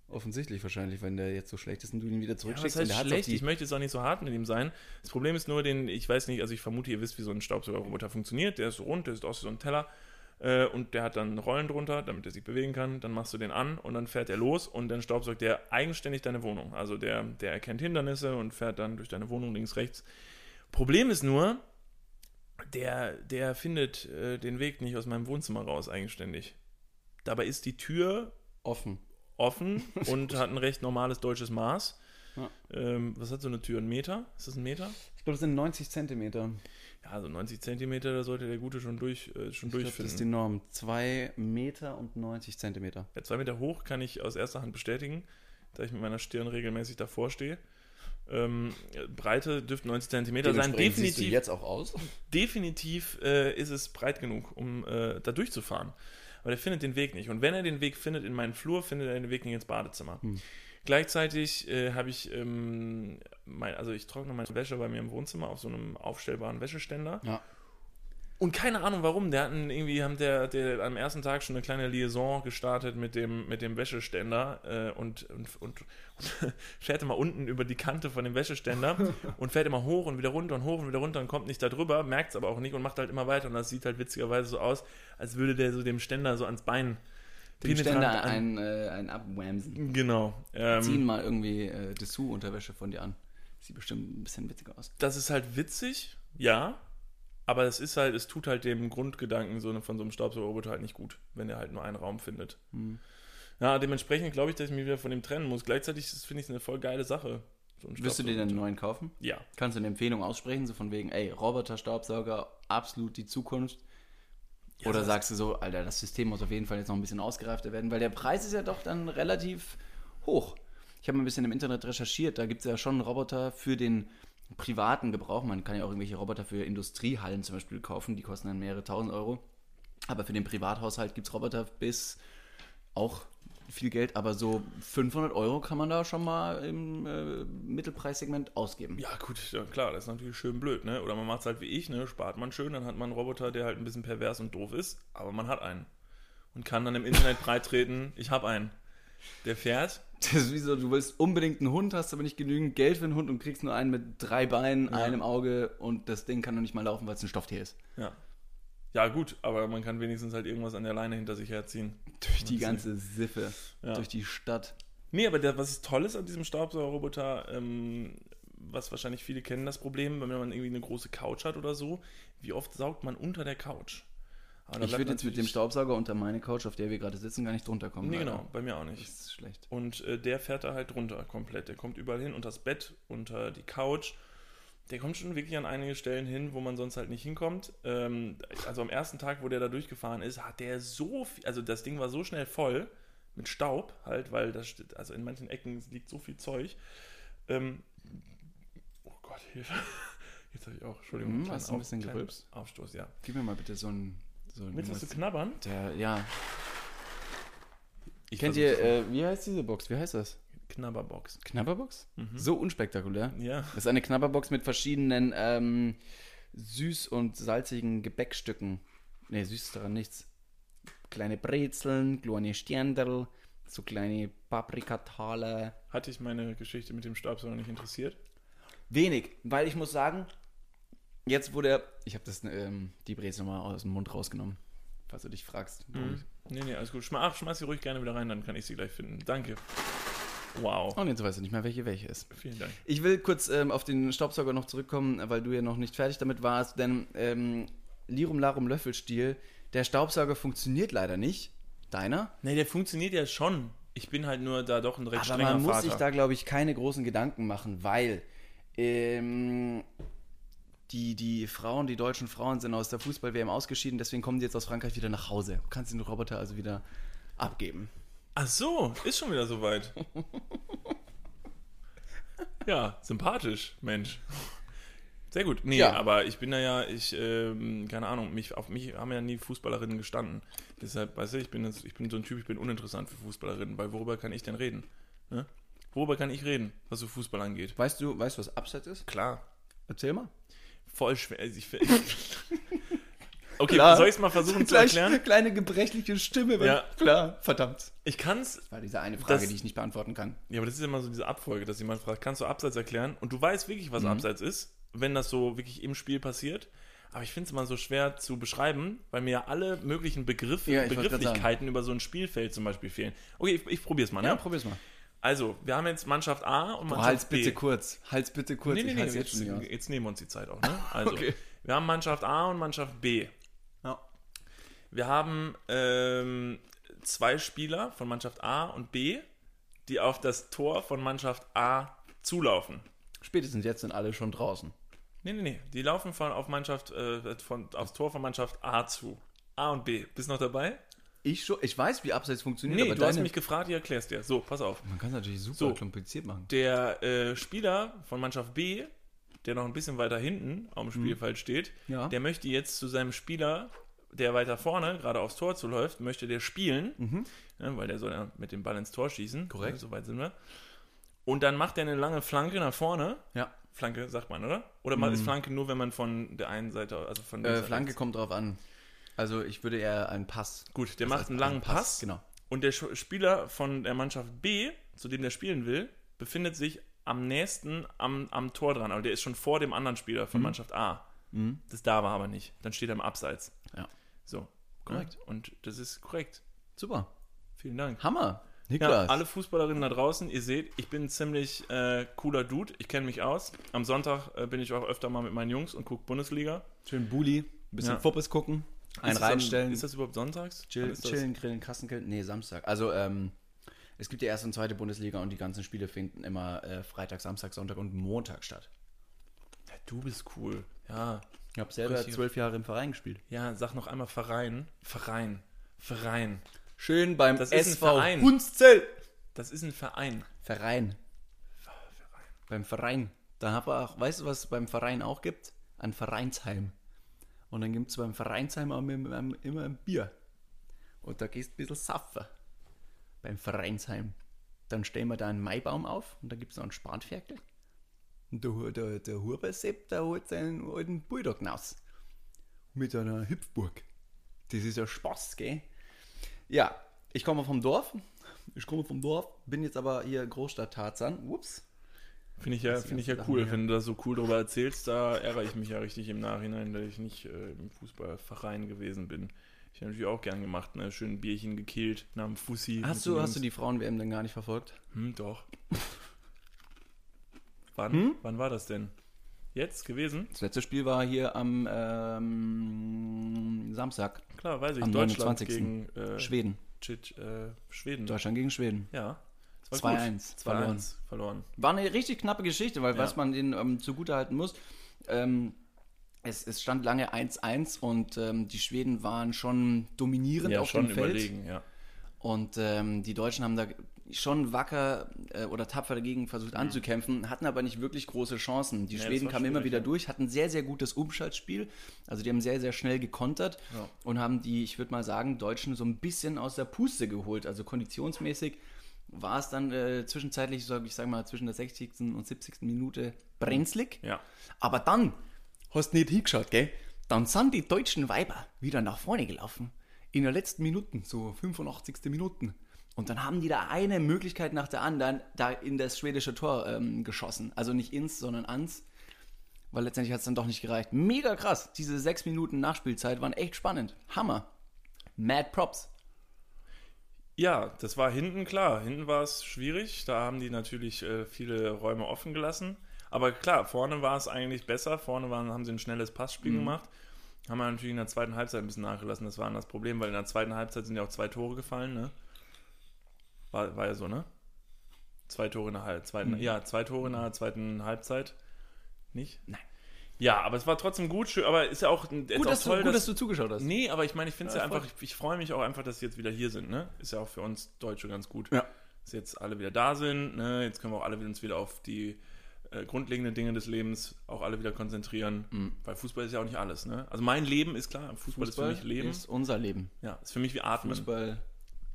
Offensichtlich wahrscheinlich, wenn der jetzt so schlecht ist und du ihn wieder Ja, zurückschickst. was heißt und der hat's auf schlecht? die- Ich möchte jetzt auch nicht so hart mit ihm sein. Das Problem ist nur, den, ich weiß nicht, also ich vermute, ihr wisst, wie so ein Staubsaugerroboter funktioniert. Der ist rund, der ist aus wie so ein Teller. äh, Und der hat dann Rollen drunter, damit er sich bewegen kann. Dann machst du den an und dann fährt er los und dann staubsaugt der eigenständig deine Wohnung. Also der, der erkennt Hindernisse und fährt dann durch deine Wohnung links, rechts. Problem ist nur, der, der findet äh, den Weg nicht aus meinem Wohnzimmer raus eigenständig. Dabei ist die Tür Offen. offen und hat ein recht normales deutsches Maß. Ja. Ähm, was hat so eine Tür? Ein Meter? Ist das ein Meter? Ich glaube, das sind 90 Zentimeter. Ja, so 90 Zentimeter, da sollte der Gute schon durch, äh, schon Ich glaube, das ist die durchfinden. Norm. 2 Meter und 90 Zentimeter. Ja, zwei Meter hoch kann ich aus erster Hand bestätigen, da ich mit meiner Stirn regelmäßig davor stehe. Ähm, Breite dürften 90 Zentimeter sein. Dementsprechend siehst du Definitiv, jetzt auch aus. definitiv äh, ist es breit genug, um äh, da durchzufahren. Aber der findet den Weg nicht. Und wenn er den Weg findet in meinen Flur, findet er den Weg nicht ins Badezimmer. Hm. Gleichzeitig äh, habe ich, ähm, mein, also ich trockne meine Wäsche bei mir im Wohnzimmer auf so einem aufstellbaren Wäscheständer. Ja. Und keine Ahnung warum, der hat einen, irgendwie haben der, der am ersten Tag schon eine kleine Liaison gestartet mit dem, mit dem Wäscheständer äh, und, und, und, und fährt immer unten über die Kante von dem Wäscheständer und fährt immer hoch und wieder runter und hoch und wieder runter und kommt nicht da drüber, merkt es aber auch nicht und macht halt immer weiter. Und das sieht halt witzigerweise so aus, als würde der so dem Ständer so ans Bein Dem penetrant Ständer ein, äh, ein Abwamsen. Genau. Ähm, Zieh ihn mal irgendwie äh, Dessous-Unterwäsche von dir an. Sieht bestimmt ein bisschen witziger aus. das ist halt witzig, ja, aber es ist halt, es tut halt dem Grundgedanken so eine, von so einem Staubsaugerroboter halt nicht gut, wenn er halt nur einen Raum findet. Hm. Ja, dementsprechend glaube ich, dass ich mich wieder von dem trennen muss. Gleichzeitig ist- finde ich es eine voll geile Sache. So ein Wirst du dir Staubsauger- denn einen neuen kaufen? Ja. Kannst du eine Empfehlung aussprechen, so von wegen, ey, Roboter-Staubsauger, absolut die Zukunft? Oder das- sagst du so, Alter, das System muss auf jeden Fall jetzt noch ein bisschen ausgereifter werden, weil der Preis ist ja doch dann relativ hoch. Ich habe mal ein bisschen im Internet recherchiert, da gibt es ja schon Roboter für den privaten Gebrauch. Man kann ja auch irgendwelche Roboter für Industriehallen zum Beispiel kaufen, die kosten dann mehrere tausend Euro. Aber für den Privathaushalt gibt es Roboter bis auch viel Geld, aber so 500 Euro kann man da schon mal im äh, Mittelpreissegment ausgeben. Ja, gut, ja, klar, das ist natürlich schön blöd, ne? Oder man macht es halt wie ich, ne? Spart man schön, dann hat man einen Roboter, der halt ein bisschen pervers und doof ist, aber man hat einen. Und kann dann im Internet breitreten, ich habe einen. Der fährt, Das ist wie so, du willst unbedingt einen Hund, hast aber nicht genügend Geld für einen Hund und kriegst nur einen mit drei Beinen, einem Auge und das Ding kann noch nicht mal laufen, weil es ein Stofftier ist. ja. Ja, gut, aber man kann wenigstens halt irgendwas an der Leine hinter sich herziehen. Durch die ganze Siffe, Ja. durch die Stadt. Nee, aber der, was ist toll ist an diesem Staubsaugerroboter, ähm, was wahrscheinlich viele kennen, das Problem, wenn man irgendwie eine große Couch hat oder so, wie oft saugt man unter der Couch? Aber da ich bleibt würde jetzt mit dem natürlich- Staubsauger unter meine Couch, auf der wir gerade sitzen, gar nicht drunter kommen. Nee, leider. genau, bei mir auch nicht. Das ist schlecht. Und äh, der fährt da halt runter komplett. Der kommt überall hin, unter das Bett, unter die Couch. Der kommt schon wirklich an einige Stellen hin, wo man sonst halt nicht hinkommt. Ähm, also am ersten Tag, wo der da durchgefahren ist, hat der so viel, also das Ding war so schnell voll mit Staub halt, weil das, steht- also in manchen Ecken liegt so viel Zeug. Ähm, oh Gott, Hilfe. Jetzt habe ich auch, Entschuldigung, Hm, kleinen hast du ein bisschen kleinen gerülpst? Mhm. Aufstoß, ja. Gib mir mal bitte so ein. So ein Willst du das zu knabbern? der, ja. Ich Kennt ihr, äh, wie heißt diese Box? Wie heißt das? Knabberbox. Knabberbox? So unspektakulär. Mhm. Ja. Das ist eine Knabberbox mit verschiedenen ähm, süß- und salzigen Gebäckstücken. Ne, süß ist daran nichts. Kleine Brezeln, kleine Sternderl, so kleine Paprikatale. Hatte ich meine Geschichte mit dem Staubsauger nicht interessiert? Wenig, weil ich muss sagen, jetzt wurde. Ich habe das ähm, die Brezel mal aus dem Mund rausgenommen, falls du dich fragst. warum ich- Nee, nee, alles gut. Schma ach, schmeiß sie ruhig gerne wieder rein, dann kann ich sie gleich finden. Danke. Wow. Und jetzt weißt du nicht mehr, welche welche ist. Vielen Dank. Ich will kurz ähm, auf den Staubsauger noch zurückkommen, weil du ja noch nicht fertig damit warst, denn ähm, Lirum Larum Löffelstiel, der Staubsauger funktioniert leider nicht. Deiner? Nee, der funktioniert ja schon. Ich bin halt nur da doch ein recht Aber strenger man muss Vater. sich da, glaube ich, keine großen Gedanken machen, weil ähm, die, die Frauen, die deutschen Frauen sind aus der Fußball-WM ausgeschieden, deswegen kommen die jetzt aus Frankreich wieder nach Hause. Du kannst den Roboter also wieder abgeben. ach so, ist schon wieder soweit. ja, sympathisch, Mensch. Sehr gut. Nee, Ja. aber ich bin da ja, ich, ähm, keine Ahnung, mich, auf mich haben ja nie Fußballerinnen gestanden. Deshalb, weißt du, ich bin, jetzt, ich bin so ein Typ, ich bin uninteressant für Fußballerinnen, weil worüber kann ich denn reden? Ne? Worüber kann ich reden, was so Fußball angeht? Weißt du, weißt du, was Upset ist? Klar. Erzähl mal. voll schwer. Also ich, ich, okay, Klar. soll ich es mal versuchen zu erklären? Kleine gebrechliche Stimme. wenn- Ja. Klar, verdammt. Ich kann es. war diese eine Frage, Das- die ich nicht beantworten kann. Ja, aber das ist immer so diese Abfolge, dass jemand fragt, kannst du Abseits erklären? Und du weißt wirklich, Mhm. was Abseits ist, wenn das so wirklich im Spiel passiert. Aber ich finde es immer so schwer zu beschreiben, weil mir ja alle möglichen Begriffe, Ja, ich wollt grad Begrifflichkeiten über so ein Spielfeld zum Beispiel fehlen. Okay, ich, ich probiere es mal. Ne? probier's mal. also, wir haben jetzt Mannschaft A und Mannschaft Oh, halt's B. bitte kurz. Halt's bitte kurz. Nee, nee, nee, halt's jetzt, schon nicht aus. jetzt nehmen wir uns die Zeit auch. Ne? Also, Okay. wir haben Mannschaft A und Mannschaft B. Wir haben ähm, zwei Spieler von Mannschaft A und B, die auf das Tor von Mannschaft A zulaufen. Spätestens jetzt sind alle schon draußen. Nee, nee, nee. Die laufen von, auf Mannschaft, äh, von, aufs Tor von Mannschaft A zu. A und B. Bist noch dabei? Ich, schon, ich weiß, wie Abseits funktioniert, Nee, aber du deine, hast mich gefragt, ich erklär's dir. So, pass auf. man kann es natürlich super So. kompliziert machen. Der äh, Spieler von Mannschaft B, der noch ein bisschen weiter hinten am Spielfeld steht, Mhm. Ja. der möchte jetzt zu seinem Spieler, der weiter vorne gerade aufs Tor zuläuft, möchte der spielen, ne, weil der soll ja mit dem Ball ins Tor schießen. Mhm. Korrekt. Ne, Soweit sind wir. Und dann macht er eine lange Flanke nach vorne. Ja. Flanke sagt man, oder? Oder man ist Flanke nur, wenn man von der einen Seite, also von links Mhm. Äh, nach Flanke rechts- kommt drauf an. Also ich würde eher einen Pass. Gut, der Das macht heißt, einen langen einen Pass, Pass, genau. Und der Sch- Spieler von der Mannschaft B, zu dem der spielen will, befindet sich am nächsten am, am Tor dran. Aber der ist schon vor dem anderen Spieler Mhm. von Mannschaft A. Das da war aber nicht. Dann steht er im Abseits. Ja. So. Korrekt. Ja, Und das ist korrekt. Super. Vielen Dank. Hammer. Ja, Niklas. alle Fußballerinnen da draußen, ihr seht, ich bin ein ziemlich äh, cooler Dude. Ich kenne mich aus. Am Sonntag äh, bin ich auch öfter mal mit meinen Jungs und gucke Bundesliga. Schön Bulli. Ein bisschen Ja. Fuppes gucken. Ein Ist das dann- reinstellen. Ist das überhaupt sonntags? Wann Chill, ist das? chillen, grillen, Kassenkill. Nee, Samstag. Also, ähm, es gibt die erste und zweite Bundesliga und die ganzen Spiele finden immer äh, Freitag, Samstag, Sonntag und Montag statt. Ja, du bist cool. Ja, Ich habe selber Richtig. zwölf Jahre im Verein gespielt. Ja, sag noch einmal Verein. Verein. Verein. Schön beim Das ist ein SV Verein. Hunszell. Das ist ein Verein. Verein. Beim Verein. Da hab er auch, weißt du, was es beim Verein auch gibt? Ein Vereinsheim. Und dann gibt es beim Vereinsheim auch immer, immer, immer ein Bier. Und da gehst du ein bisschen saffer. beim Vereinsheim. Dann stellen wir da einen Maibaum auf und da gibt es noch einen Spanferkel. Und der, der, der Hubersepp, der holt seinen alten Bulldog raus. Mit einer Hüpfburg. Das ist ja Spaß, gell? Ja, ich komme vom Dorf. Ich komme vom Dorf, bin jetzt aber hier Großstadt-Tarzan. Ups. Finde ich ja, Das finde ich ganze ja Sachen, cool, ja. wenn du da so cool drüber erzählst. Da ärgere ich mich ja richtig im Nachhinein, dass ich nicht äh, im Fußballverein gewesen bin. Ich hätte natürlich auch gern gemacht, ne? Schön ein Bierchen gekillt, nach dem Fussi. Hast du, hast du die Frauen-WM denn gar nicht verfolgt? Hm, doch. Wann? Wann war das denn? Jetzt gewesen? Das letzte Spiel war hier am ähm, Samstag. Klar, weiß ich. Am Deutschland 29. gegen äh, Schweden. Tschit- äh, Schweden. Deutschland gegen Schweden. Ja. es war gut. 2-1 verloren. 2-1 verloren. War eine richtig knappe Geschichte, weil Ja. was man denen ähm, zugutehalten muss, ähm, es, es stand lange 1-1 und ähm, die Schweden waren schon dominierend Ja, auf schon dem Feld. überlegen, ja. Und ähm, die Deutschen haben da schon wacker äh, oder tapfer dagegen versucht anzukämpfen, hatten aber nicht wirklich große Chancen. Die Nee, das Schweden war kamen immer schwierig, wieder Mhm. ja. durch, hatten sehr, sehr gutes Umschaltspiel. Also die haben sehr, sehr schnell gekontert Ja. und haben die, ich würde mal sagen, Deutschen so ein bisschen aus der Puste geholt. Also konditionsmäßig war es dann äh, zwischenzeitlich, sag ich sag mal, zwischen der 60. und 70. Minute brenzlig. Ja. Aber dann hast du nicht hingeschaut, gell? Dann sind die deutschen Weiber wieder nach vorne gelaufen. In der letzten Minute, so 85. Minuten. Und dann haben die da eine Möglichkeit nach der anderen da in das schwedische Tor ähm, geschossen. Also nicht ins, sondern ans. Weil letztendlich hat es dann doch nicht gereicht. Mega krass. Diese sechs Minuten Nachspielzeit waren echt spannend. Hammer. Mad Props. Ja, das war hinten klar. Hinten war es schwierig. Da haben die natürlich äh, viele Räume offen gelassen. Aber klar, vorne war es eigentlich besser. Vorne waren, haben sie ein schnelles Passspiel Mhm. gemacht. Haben wir natürlich in der zweiten Halbzeit ein bisschen nachgelassen. Das war dann das Problem, weil in der zweiten Halbzeit sind ja auch zwei Tore gefallen. Ne? War, war ja so, ne? Zwei Tore in der Halb zweiten, Mhm. Ja, zwei Tore in der zweiten Halbzeit. Nicht? Nein. Ja, aber es war trotzdem gut. Schön, aber ist ja auch, ist Gut, auch dass, toll, du, gut dass, dass du zugeschaut hast. Nee, aber ich meine, ich finde es ja, Ja, einfach, ich, ich freue mich auch einfach, dass sie jetzt wieder hier sind, ne? Ist ja auch für uns Deutsche ganz gut. Ja. Dass jetzt alle wieder da sind, ne? Jetzt können wir auch alle wieder uns wieder auf die äh, grundlegenden Dinge des Lebens auch alle wieder konzentrieren. Mhm. Weil Fußball ist ja auch nicht alles, ne? Also mein Leben ist klar, Fußball, ist für mich Leben. ist unser Leben. ja, ist für mich wie Atmen. Fußball.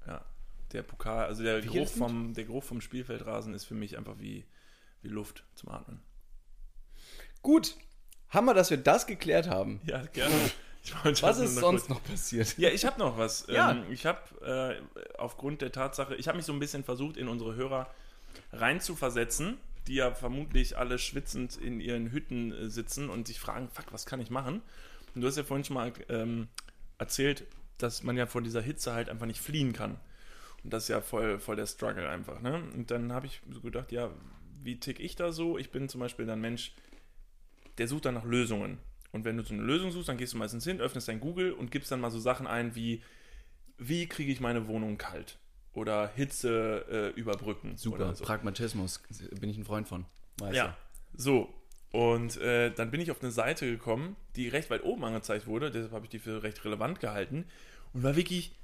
Ja. Der Pokal, also der Wir Geruch, sind- vom, der Geruch vom Spielfeldrasen ist für mich einfach wie, wie Luft zum Atmen. Gut. Hammer, dass wir das geklärt haben. Ja, gerne. Ich wollte das Was nur ist noch kurz- sonst noch passiert? Ja, ich habe noch was. Ja. Ähm, ich habe äh, aufgrund der Tatsache, ich habe mich so ein bisschen versucht, in unsere Hörer reinzuversetzen, die ja vermutlich alle schwitzend in ihren Hütten äh, sitzen und sich fragen, fuck, was kann ich machen? Und du hast ja vorhin schon mal ähm, erzählt, dass man ja vor dieser Hitze halt einfach nicht fliehen kann. Und das ist ja voll, voll der Struggle einfach. Ne? Und dann habe ich so gedacht, ja, wie tick ich da so? Ich bin zum Beispiel ein Mensch, der sucht dann nach Lösungen. Und wenn du so eine Lösung suchst, dann gehst du meistens hin, öffnest dein Google und gibst dann mal so Sachen ein wie, wie kriege ich meine Wohnung kalt? Oder Hitze äh, überbrücken. Super, Oder so. Pragmatismus bin ich ein Freund von. Weißt Ja, so. Und äh, dann bin ich auf eine Seite gekommen, die recht weit oben angezeigt wurde, deshalb habe ich die für recht relevant gehalten und war wirklich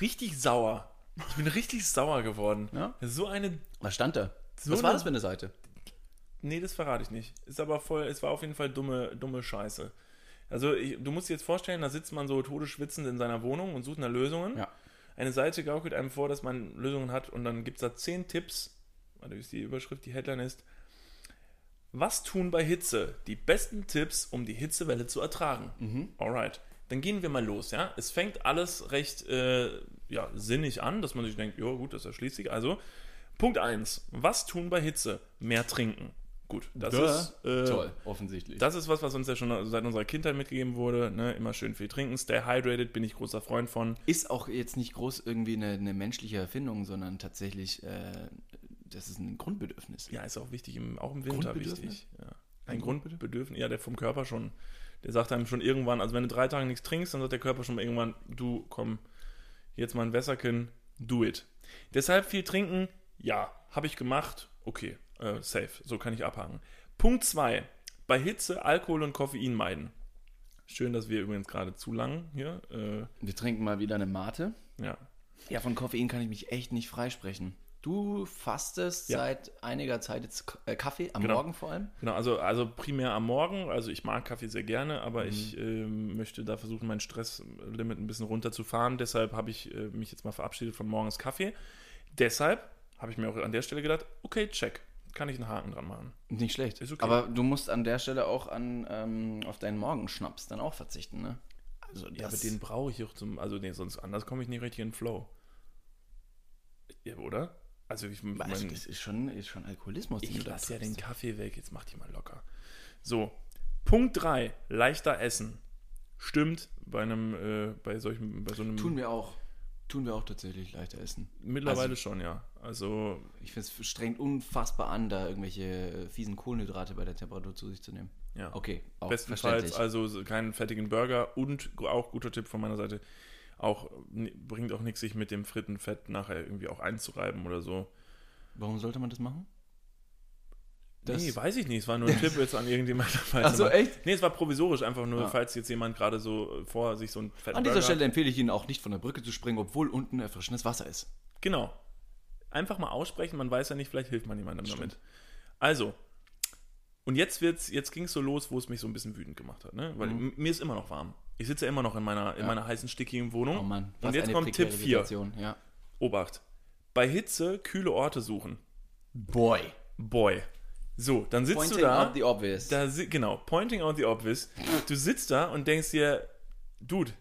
richtig sauer. Ich bin richtig sauer geworden. Ja? So eine. du. Was stand da? So Was war eine- das für eine Seite? Nee, das verrate ich nicht. Ist aber voll, es war auf jeden Fall dumme, dumme Scheiße. Also ich, du musst dir jetzt vorstellen, da sitzt man so todesschwitzend in seiner Wohnung und sucht nach Lösungen. Ja. Eine Seite gaukelt einem vor, dass man Lösungen hat und dann gibt es da zehn Tipps, warte, wie ist die Überschrift, die Headline ist, was tun bei Hitze? Die besten Tipps, um die Hitzewelle zu ertragen. Mhm. Alright, dann gehen wir mal los, ja. Es fängt alles recht äh, ja, sinnig an, dass man sich denkt, ja gut, das erschließt sich. Also, Punkt 1, was tun bei Hitze? Mehr trinken. Gut, das Duh. ist äh, Toll, offensichtlich. das ist was, was uns ja schon seit unserer Kindheit mitgegeben wurde. Ne? Immer schön viel trinken. Stay hydrated, bin ich großer Freund von. ist auch jetzt nicht groß irgendwie eine, eine menschliche Erfindung, sondern tatsächlich, äh, das ist ein Grundbedürfnis. Ja, ist auch wichtig, im, auch im Winter Grundbedürfnis? wichtig. Ja. Ein Grundbedürfnis, ja, der vom Körper schon, der sagt einem schon irgendwann, also wenn du drei Tage nichts trinkst, dann sagt der Körper schon mal irgendwann, du, komm, jetzt mal ein Wässerchen, do it. Deshalb viel trinken, ja, habe ich gemacht, okay, äh, safe, so kann ich abhaken. Punkt 2, bei Hitze Alkohol und Koffein meiden. Schön, dass wir übrigens gerade zu lang hier, äh, Wir trinken mal wieder eine Mate. ja, Ja, von Koffein kann ich mich echt nicht freisprechen. Du fastest Ja. seit einiger Zeit jetzt K- äh, Kaffee, am Genau. Morgen vor allem. Genau, also, also primär am Morgen. Also ich mag Kaffee sehr gerne, aber ich ähm, möchte da versuchen, mein Stresslimit ein bisschen runterzufahren. Deshalb habe ich äh, mich jetzt mal verabschiedet von morgens Kaffee. Deshalb habe ich mir auch an der Stelle gedacht, okay, check. Kann ich einen Haken dran machen. Nicht schlecht. Ist okay. Aber du musst an der Stelle auch an, ähm, auf deinen Morgenschnaps dann auch verzichten, ne? Also Ja, aber den brauche ich auch zum. Also, nee, sonst anders komme ich nicht richtig in den Flow. Ja, oder? Also, ich meine, also, das ist schon, ist schon Alkoholismus, ich da lasse ja den triffst. Kaffee weg. Jetzt mach die mal locker. So, Punkt 3. Leichter essen. Stimmt bei einem, äh, bei solchen, bei so einem. Tun wir auch. Tun wir auch tatsächlich leichter essen. mittlerweile Also- schon, ja. Also, Ich finde es strengt unfassbar an, da irgendwelche äh, fiesen Kohlenhydrate bei der Temperatur zu sich zu nehmen. ja. Okay, auch Bestenfalls also so keinen fettigen Burger und gu- auch guter Tipp von meiner Seite, auch n- bringt auch nichts, sich mit dem Frittenfett nachher irgendwie auch einzureiben oder so. Warum sollte man das machen? Das- nee, weiß ich nicht. Es war nur ein Tipp jetzt an irgendjemand. Ach so, echt? Nee, es war provisorisch einfach nur, Ah. falls jetzt jemand gerade so äh, vor sich so einen fetten An dieser Burger- Stelle empfehle ich Ihnen auch nicht von der Brücke zu springen, obwohl unten erfrischendes Wasser ist. Genau. Einfach mal aussprechen, man weiß ja nicht, vielleicht hilft man jemandem Stimmt. damit. Also, und jetzt wird's, jetzt ging's so los, wo es mich so ein bisschen wütend gemacht hat, ne? Weil Mhm. m- mir ist immer noch warm. Ich sitze immer noch in meiner, in Ja. meiner heißen, stickigen Wohnung. Oh Mann, und jetzt eine kommt prekäre Tipp 4. Situation, Ja. Obacht. Bei Hitze kühle Orte suchen. Boy. Boy. So, dann sitzt Pointing du da. out the obvious. da si genau, pointing out the obvious. Du sitzt da und denkst dir, Dude,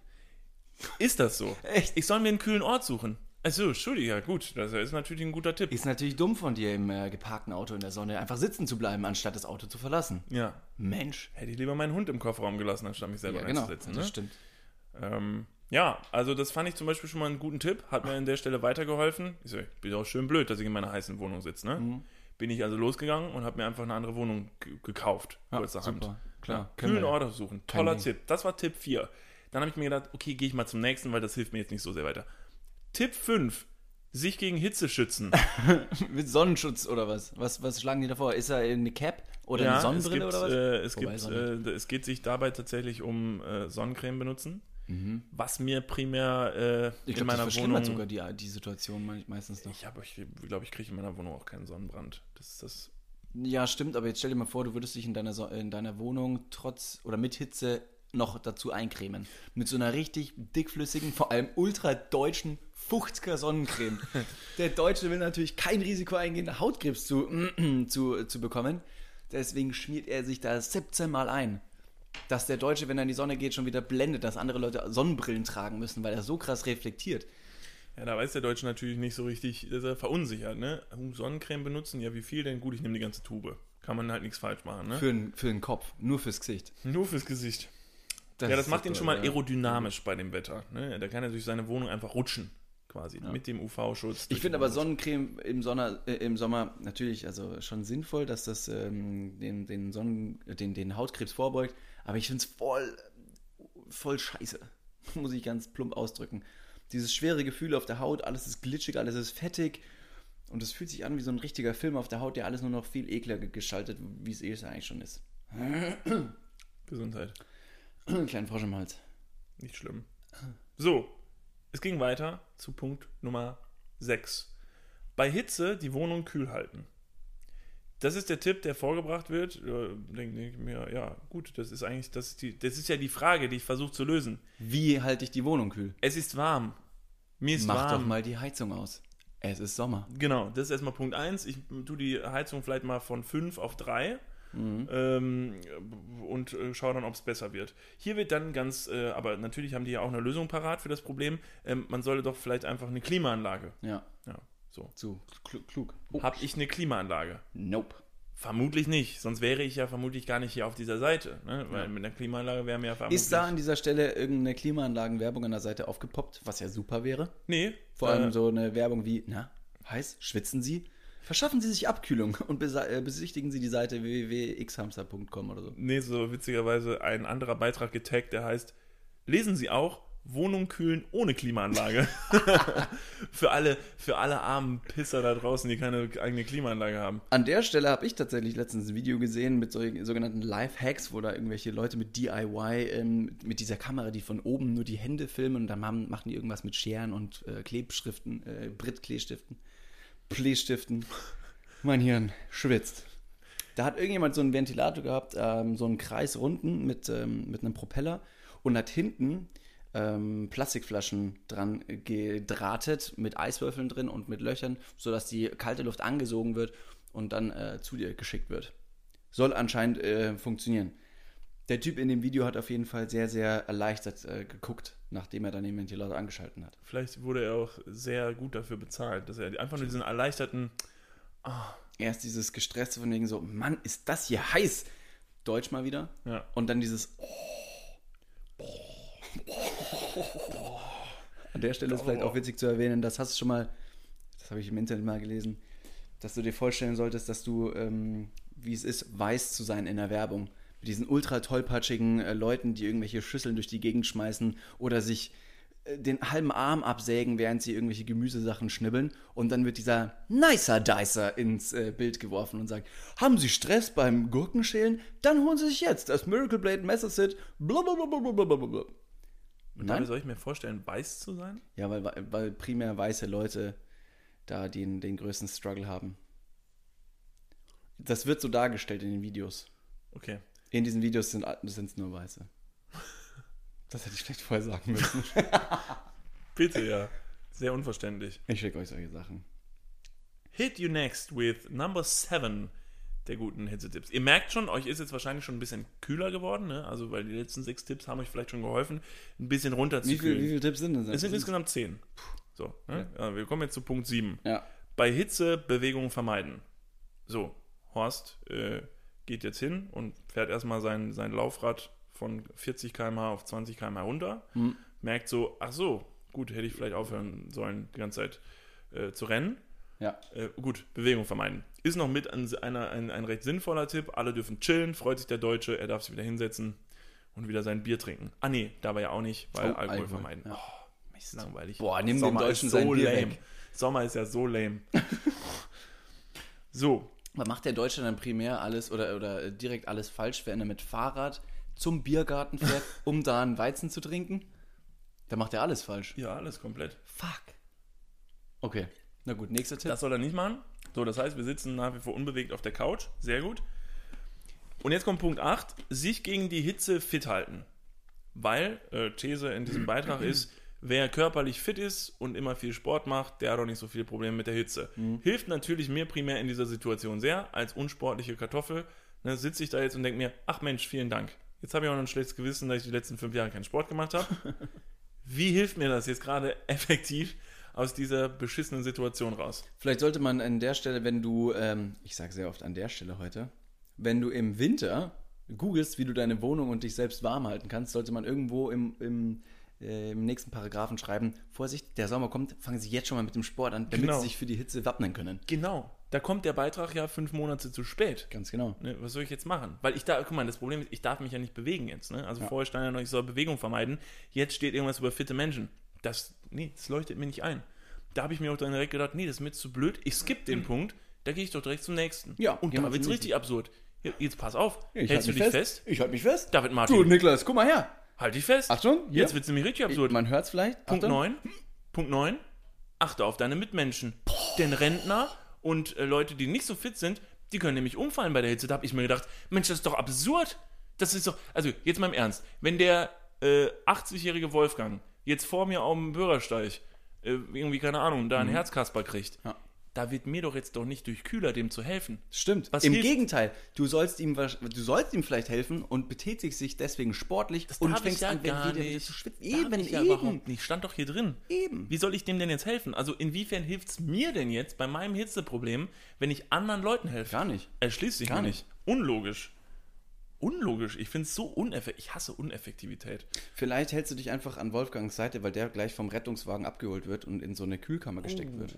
ist das so? Echt? Ich soll mir einen kühlen Ort suchen. Also, Entschuldige, ja gut, das ist natürlich ein guter Tipp. Ist natürlich dumm von dir, im äh, geparkten Auto in der Sonne einfach sitzen zu bleiben, anstatt das Auto zu verlassen. ja. Mensch. Hätte ich lieber meinen Hund im Kofferraum gelassen, anstatt mich selber Ja, genau. reinzusetzen. Das Ne? stimmt. Ähm, ja, also das fand ich zum Beispiel schon mal einen guten Tipp, hat mir an der Stelle weitergeholfen. Ich so, ich bin auch schön blöd, dass ich in meiner heißen Wohnung sitze. Ne? Mhm. Bin ich also losgegangen und habe mir einfach eine andere Wohnung g- gekauft, Ja, kurzerhand. super, klar, Ja, können kühlen wir. Ort aufsuchen, toller Ding. Tipp. Das war Tipp 4. Dann habe ich mir gedacht, okay, gehe ich mal zum nächsten, weil das hilft mir jetzt nicht so sehr weiter. Tipp 5, sich gegen Hitze schützen. Mit Sonnenschutz oder was? Was, was schlagen die davor? Ist da eine Cap oder Ja, eine Sonnenbrille es gibt, oder was? Äh, es, Wobei gibt, Sonne- äh, es geht sich dabei tatsächlich um äh, Sonnencreme benutzen, was mir primär äh, Mhm. ich in glaube, das meiner verschlimmert Wohnung... sogar die, die Situation me- meistens noch. Ich habe, ich glaube, ich kriege in meiner Wohnung auch keinen Sonnenbrand. Das ist das... Ja, stimmt, aber jetzt stell dir mal vor, du würdest dich in deiner, so in deiner Wohnung trotz oder mit Hitze noch dazu eincremen. Mit so einer richtig dickflüssigen, vor allem ultradeutschen 50er Sonnencreme. Der Deutsche will natürlich kein Risiko eingehen, eine Hautkrebs zu, zu, zu bekommen. Deswegen schmiert er sich da 17 Mal ein. Dass der Deutsche, wenn er in die Sonne geht, schon wieder blendet, dass andere Leute Sonnenbrillen tragen müssen, weil er so krass reflektiert. Ja, da weiß der Deutsche natürlich nicht so richtig, dass er verunsichert, ne? Uh, Sonnencreme benutzen, ja, wie viel denn? Gut, ich nehme die ganze Tube. Kann man halt nichts falsch machen, ne? Für den, für den Kopf, nur fürs Gesicht. Nur fürs Gesicht. ja, das ist macht ihn doch schon mal toll, ja. aerodynamisch bei dem Wetter. Ne? Da kann er durch seine Wohnung einfach rutschen, quasi, mit dem UV-Schutz. Ich finde aber Sonnencreme im, Sonner, äh, im Sommer natürlich also schon sinnvoll, dass das ähm, den, den, Sonnen, äh, den, den Hautkrebs vorbeugt. Aber ich finde es voll, voll scheiße. Muss ich ganz plump ausdrücken. Dieses schwere Gefühl auf der Haut, alles ist glitschig, alles ist fettig. Und es fühlt sich an wie so ein richtiger Film auf der Haut, der alles nur noch viel ekler ge- gestaltet, wie es eh es eigentlich schon ist. Gesundheit. Kleinen Frosch im Hals. Nicht schlimm. So, es ging weiter zu Punkt Nummer 6. Bei Hitze die Wohnung kühl halten. Das ist der Tipp, der vorgebracht wird. Äh, Denke ich mir, ja, gut, das ist eigentlich, das ist, die, das ist ja die Frage, die ich versuche zu lösen. Wie halte ich die Wohnung kühl? Es ist warm. Mir ist Mach warm. doch mal die Heizung aus. Es ist Sommer. Genau, das ist erstmal Punkt 1. Ich tue die Heizung vielleicht mal von 5 auf 3 Mhm. ähm, und äh, schaue dann, ob es besser wird. Hier wird dann ganz, äh, aber natürlich haben die ja auch eine Lösung parat für das Problem. Ähm, man sollte doch vielleicht einfach eine Klimaanlage. Ja, Ja, so. zu klug. klug. Oh, Habe ich eine Klimaanlage? nope. Vermutlich nicht, sonst wäre ich ja vermutlich gar nicht hier auf dieser Seite. Ne? Weil Ja. mit einer Klimaanlage wäre mir ja vermutlich. Ist da an dieser Stelle irgendeine Klimaanlagenwerbung an der Seite aufgepoppt, was ja super wäre? Nee. äh, Vor allem so eine Werbung wie, na, heiß, schwitzen Sie? Verschaffen Sie sich Abkühlung und besa- äh, besichtigen Sie die Seite www.xhamster.com oder so. Nee, so witzigerweise ein anderer Beitrag getaggt, der heißt, lesen Sie auch, Wohnung kühlen ohne Klimaanlage. für, alle, für alle armen Pisser da draußen, die keine eigene Klimaanlage haben. An der Stelle habe ich tatsächlich letztens ein Video gesehen mit solchen sogenannten Live-Hacks, wo da irgendwelche Leute mit DIY, ähm, mit dieser Kamera, die von oben nur die Hände filmen und dann machen, machen die irgendwas mit Scheren und äh, Klebschriften, äh, Britt-Kleestiften, Pleestiften. Mein Hirn schwitzt. Da hat irgendjemand so einen Ventilator gehabt, ähm, so einen Kreis runden mit, ähm, mit einem Propeller und hat hinten ähm, Plastikflaschen dran gedrahtet mit Eiswürfeln drin und mit Löchern, sodass die kalte Luft angesogen wird und dann äh, zu dir geschickt wird. Soll anscheinend äh, funktionieren. Der Typ in dem Video hat auf jeden Fall sehr, sehr erleichtert äh, geguckt, nachdem er dann den Ventilator angeschalten hat. Vielleicht wurde er auch sehr gut dafür bezahlt, dass er einfach nur diesen erleichterten. Ah, Erst dieses Gestresste von wegen so, Mann, ist das hier heiß! Deutsch mal wieder. ja. Und dann dieses oh. An der Stelle ist vielleicht auch witzig zu erwähnen, das hast du schon mal, das habe ich im Internet mal gelesen, dass du dir vorstellen solltest, dass du, ähm, wie es ist, weiß zu sein in der Werbung. Mit diesen ultra tollpatschigen äh, Leuten, die irgendwelche Schüsseln durch die Gegend schmeißen oder sich äh, den halben Arm absägen, während sie irgendwelche Gemüsesachen schnibbeln. Und dann wird dieser Nicer Dicer ins äh, Bild geworfen und sagt, haben Sie Stress beim Gurkenschälen? Dann holen Sie sich jetzt das Miracle Blade Messer Set. Blablabla. Und Nein. dabei soll ich mir vorstellen, weiß zu sein? Ja, weil, weil primär weiße Leute da den, den größten Struggle haben. Das wird so dargestellt in den Videos. Okay. In diesen Videos sind es nur Weiße. Das hätte ich vielleicht vorher sagen müssen. Bitte, ja. Sehr unverständlich. Ich schicke euch solche Sachen. Hit you next with number seven der guten Hitzetipps. Ihr merkt schon, euch ist jetzt wahrscheinlich schon ein bisschen kühler geworden, ne? Also, weil die letzten sechs Tipps haben euch vielleicht schon geholfen, ein bisschen Wie, viel, wie runterzukühlen. viele Tipps sind denn das? Es sind insgesamt zehn. So, ne? ja, wir kommen jetzt zu Punkt sieben. ja. bei Hitze Bewegung vermeiden. So, Horst äh, geht jetzt hin und fährt erstmal sein, sein Laufrad von 40 km/h auf 20 km/h runter. Hm. Merkt so, ach so, gut, hätte ich vielleicht aufhören sollen, die ganze Zeit äh, zu rennen. ja. Äh, gut, Bewegung vermeiden. Ist noch mit ein, einer, ein, ein recht sinnvoller Tipp. Alle dürfen chillen, freut sich der Deutsche, er darf sich wieder hinsetzen und wieder sein Bier trinken. Ah nee, dabei ja auch nicht, weil Oh, Alkohol, Alkohol, vermeiden. ja. Oh, Mist, langweilig. Boah, nimm dem Deutschen ist so sein Bier lame. weg. Sommer ist ja so lame. so, Aber macht der Deutsche dann primär alles oder, oder direkt alles falsch, wenn er mit Fahrrad zum Biergarten fährt, um da einen Weizen zu trinken? Dann macht er alles falsch. ja, alles komplett. Fuck. Okay. Na gut, nächster Tipp. Das soll er nicht machen. So, das heißt, wir sitzen nach wie vor unbewegt auf der Couch. Sehr gut. Und jetzt kommt Punkt 8. Sich gegen die Hitze fit halten. Weil, äh, These in diesem Beitrag ist, wer körperlich fit ist und immer viel Sport macht, der hat auch nicht so viele Probleme mit der Hitze. Hilft natürlich mir primär in dieser Situation sehr, als unsportliche Kartoffel. Ne, sitze ich da jetzt und denke mir, ach Mensch, vielen Dank. Jetzt habe ich auch noch ein schlechtes Gewissen, dass ich die letzten fünf Jahre keinen Sport gemacht habe. Wie hilft mir das jetzt gerade effektiv aus dieser beschissenen Situation raus? Vielleicht sollte man an der Stelle, wenn du, ähm, ich sage sehr oft an der Stelle heute, wenn du im Winter googelst, wie du deine Wohnung und dich selbst warm halten kannst, sollte man irgendwo im, im, äh, im nächsten Paragraphen schreiben, Vorsicht, der Sommer kommt, fangen Sie jetzt schon mal mit dem Sport an, damit Genau. Sie sich für die Hitze wappnen können. Genau. Da kommt der Beitrag ja fünf Monate zu spät. Ganz genau. Ne, was soll ich jetzt machen? Weil ich da, guck mal, das Problem ist, ich darf mich ja nicht bewegen jetzt. Ne? Also vorher stand ja noch, ich soll Bewegung vermeiden. Jetzt steht irgendwas über fitte Menschen. Das, nee, das leuchtet mir nicht ein. Da habe ich mir auch dann direkt gedacht, nee, das ist mir zu blöd. Ich skippe den Punkt, da gehe ich doch direkt zum nächsten. Hm. Ja, und gehen wir da wird es zum richtig absurd. Ja, Jetzt pass auf. Ich Hältst du halte dich mich fest? Ich halte mich fest. David Du, ne- Martin, Niklas, guck mal her. halt dich fest. Achtung, hier. Jetzt wird es nämlich richtig absurd. Man hört es vielleicht. Punkt Achtung. 9. Punkt 9. Achte auf deine Mitmenschen. Denn Rentner und äh, Leute, die nicht so fit sind, die können nämlich umfallen bei der Hitze. Da habe ich mir gedacht, Mensch, das ist doch absurd. Das ist doch. Also, jetzt mal im Ernst. Wenn der äh, 80-jährige Wolfgang jetzt vor mir auf dem Bürgersteig äh, irgendwie, keine Ahnung, da einen Herzkasper kriegt, Ja. da wird mir doch jetzt doch nicht durch Kühler dem zu helfen. Stimmt. Was Im hilft? Gegenteil, du sollst ihm wahrsch- du sollst ihm vielleicht helfen und betätigst dich deswegen sportlich Das und darf ich fängst ja an, wenn gar wieder nicht. zu schwitzen. Darf Eben, ich ja eben. überhaupt nicht. Stand doch hier drin. Eben. Wie soll ich dem denn jetzt helfen? Also inwiefern hilft es mir denn jetzt bei meinem Hitzeproblem, wenn ich anderen Leuten helfe? Gar nicht. Erschließt sich gar Gar nicht. Unlogisch. Unlogisch. Ich finde es so uneffektiv. Ich hasse Uneffektivität. Vielleicht hältst du dich einfach an Wolfgangs Seite, weil der gleich vom Rettungswagen abgeholt wird und in so eine Kühlkammer gesteckt wird.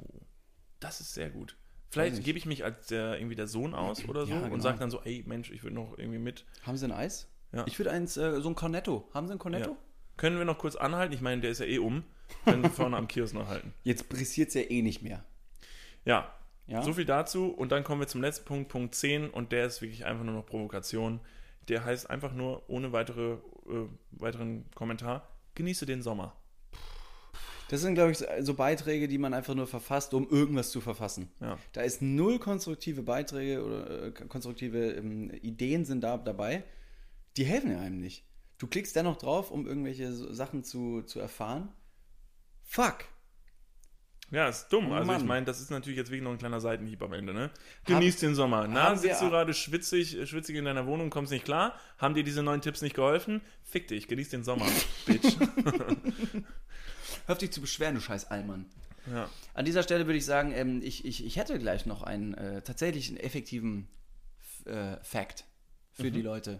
Das ist sehr gut. Vielleicht gebe ich mich als der, irgendwie der Sohn aus oder so Ja, genau. und sage dann so, ey Mensch, ich will noch irgendwie mit. Haben sie ein Eis? Ja. Ich würde eins, äh, so ein Cornetto. Haben sie ein Cornetto? Ja. Können wir noch kurz anhalten? Ich meine, der ist ja eh um. Können wir vorne am Kiosk noch halten. Jetzt brisiert es ja eh nicht mehr. Ja. Ja? So viel dazu und dann kommen wir zum letzten Punkt, Punkt 10 und der ist wirklich einfach nur noch Provokation. Der heißt einfach nur ohne weitere, äh, weiteren Kommentar, genieße den Sommer. Das sind, glaube ich, so- so Beiträge, die man einfach nur verfasst, um irgendwas zu verfassen. Ja. Da ist null konstruktive Beiträge oder äh, konstruktive ähm, Ideen sind da dabei. Die helfen einem nicht. Du klickst dennoch drauf, um irgendwelche so Sachen zu, zu erfahren. Fuck! Ja, ist dumm. Also ich Mann. meine, das ist natürlich jetzt wegen noch ein kleiner Seitenhieb am Ende, ne? Genieß den Sommer. Na, haben wir sitzt du auch- gerade schwitzig, äh, schwitzig in deiner Wohnung, kommst nicht klar? Haben dir diese neuen Tipps nicht geholfen? Fick dich, genieß den Sommer, Bitch. Hör auf dich zu beschweren, du scheiß Allmann. Ja. An dieser Stelle würde ich sagen, ähm, ich, ich, ich hätte gleich noch einen äh, tatsächlich einen effektiven F- äh, Fact für die Leute.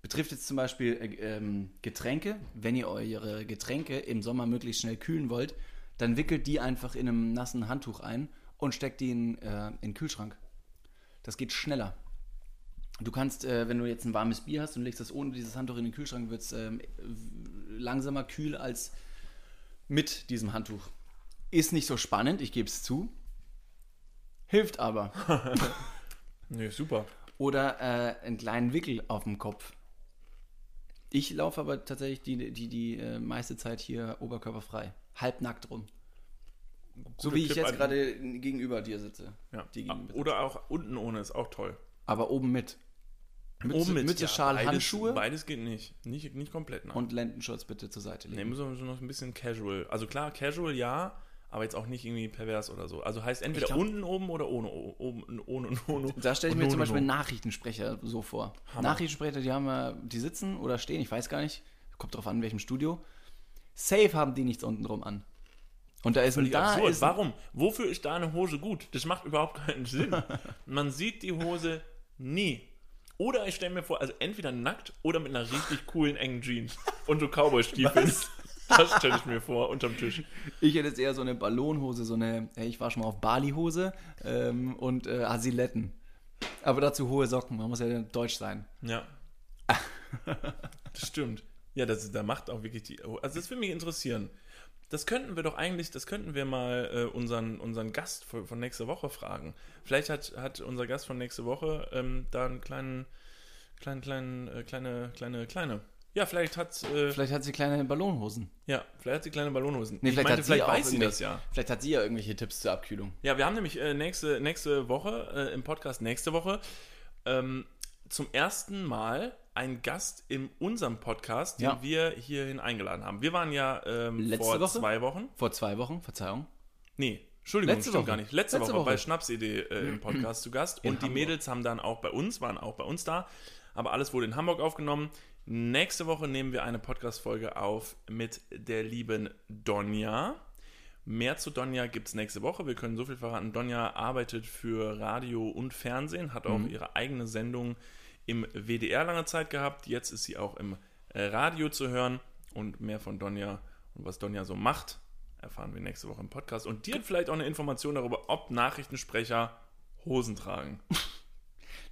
Betrifft jetzt zum Beispiel äh, ähm, Getränke. Wenn ihr eure Getränke im Sommer möglichst schnell kühlen wollt, dann wickelt die einfach in einem nassen Handtuch ein und steckt die in, äh, in den Kühlschrank. Das geht schneller. Du kannst, äh, wenn du jetzt ein warmes Bier hast und legst das ohne dieses Handtuch in den Kühlschrank, wird es ähm, w- langsamer kühl als mit diesem Handtuch. Ist nicht so spannend, ich gebe es zu. Hilft aber. Nee, super. Oder äh, einen kleinen Wickel auf dem Kopf. Ich laufe aber tatsächlich die, die, die äh, meiste Zeit hier oberkörperfrei. Halbnackt rum. so Guter wie ich Tipp jetzt an- gerade gegenüber dir sitze. Ja. Ah, Die gegen- Oder auch unten ohne ist auch toll. Aber oben mit. Mütze, Mütze ja, Schal, beides, Handschuhe Beides geht nicht. Nicht, nicht komplett, nein. und Lendenschutz bitte zur Seite Nee, legen. müssen wir schon noch ein bisschen casual. Also klar, casual ja, aber jetzt auch nicht irgendwie pervers oder so. Also heißt entweder Ich glaub- unten oben oder ohne o- oben ohne und ohne. Da stelle ich mir und zum ohne, Beispiel ohne. Nachrichtensprecher so vor. Hammer. Nachrichtensprecher, die haben ja, die sitzen oder stehen, ich weiß gar nicht. Kommt drauf an, in welchem Studio. Safe haben die nichts unten rum an. Und da ist ein Völlig da absurd. ist ein, Warum? Wofür ist da eine Hose gut? Das macht überhaupt keinen Sinn. Man sieht die Hose nie. Oder ich stelle mir vor, also entweder nackt oder mit einer richtig coolen engen Jeans und so Cowboy-Stiefeln. Das stelle ich mir vor, unterm Tisch. ich hätte jetzt eher so eine Ballonhose, so eine, hey, ich war schon mal auf Bali-Hose ähm, und äh, Asiletten. Aber dazu hohe Socken, man muss ja deutsch sein. Ja. das stimmt. Ja, das, da macht auch wirklich die. oh, Also, das würde mich interessieren. Das könnten wir doch eigentlich, das könnten wir mal äh, unseren, unseren Gast von, von nächste Woche fragen. Vielleicht hat, hat unser Gast von nächste Woche ähm, da einen kleinen, kleinen, kleinen, äh, kleine, kleine, kleine. Ja, vielleicht hat äh, Vielleicht hat sie kleine Ballonhosen. ja, vielleicht hat sie kleine Ballonhosen. Nee, ich vielleicht meinte, hat sie vielleicht auch weiß sie irgendwie- das ja. Vielleicht hat sie ja irgendwelche Tipps zur Abkühlung. Ja, wir haben nämlich äh, nächste, nächste Woche, äh, im Podcast nächste Woche, ähm, zum ersten Mal einen Gast in unserem Podcast, den Ja. wir hierhin eingeladen haben. Wir waren ja ähm, Letzte vor Woche? zwei Wochen. Vor zwei Wochen, Verzeihung. Nee, Entschuldigung, Letzte stimmt Woche. gar nicht. Letzte, Letzte Woche, bei Woche. Schnapsidee äh, im Podcast zu Gast. In und die Hamburg. Mädels haben dann auch bei uns, waren auch bei uns da. Aber alles wurde in Hamburg aufgenommen. Nächste Woche nehmen wir eine Podcast-Folge auf mit der lieben Donja. Mehr zu Donja gibt es nächste Woche. Wir können so viel verraten. Donja arbeitet für Radio und Fernsehen, hat auch Mhm. ihre eigene Sendung im WDR lange Zeit gehabt. Jetzt ist sie auch im äh, Radio zu hören. Und mehr von Donja und was Donja so macht, erfahren wir nächste Woche im Podcast. Und dir vielleicht auch eine Information darüber, ob Nachrichtensprecher Hosen tragen.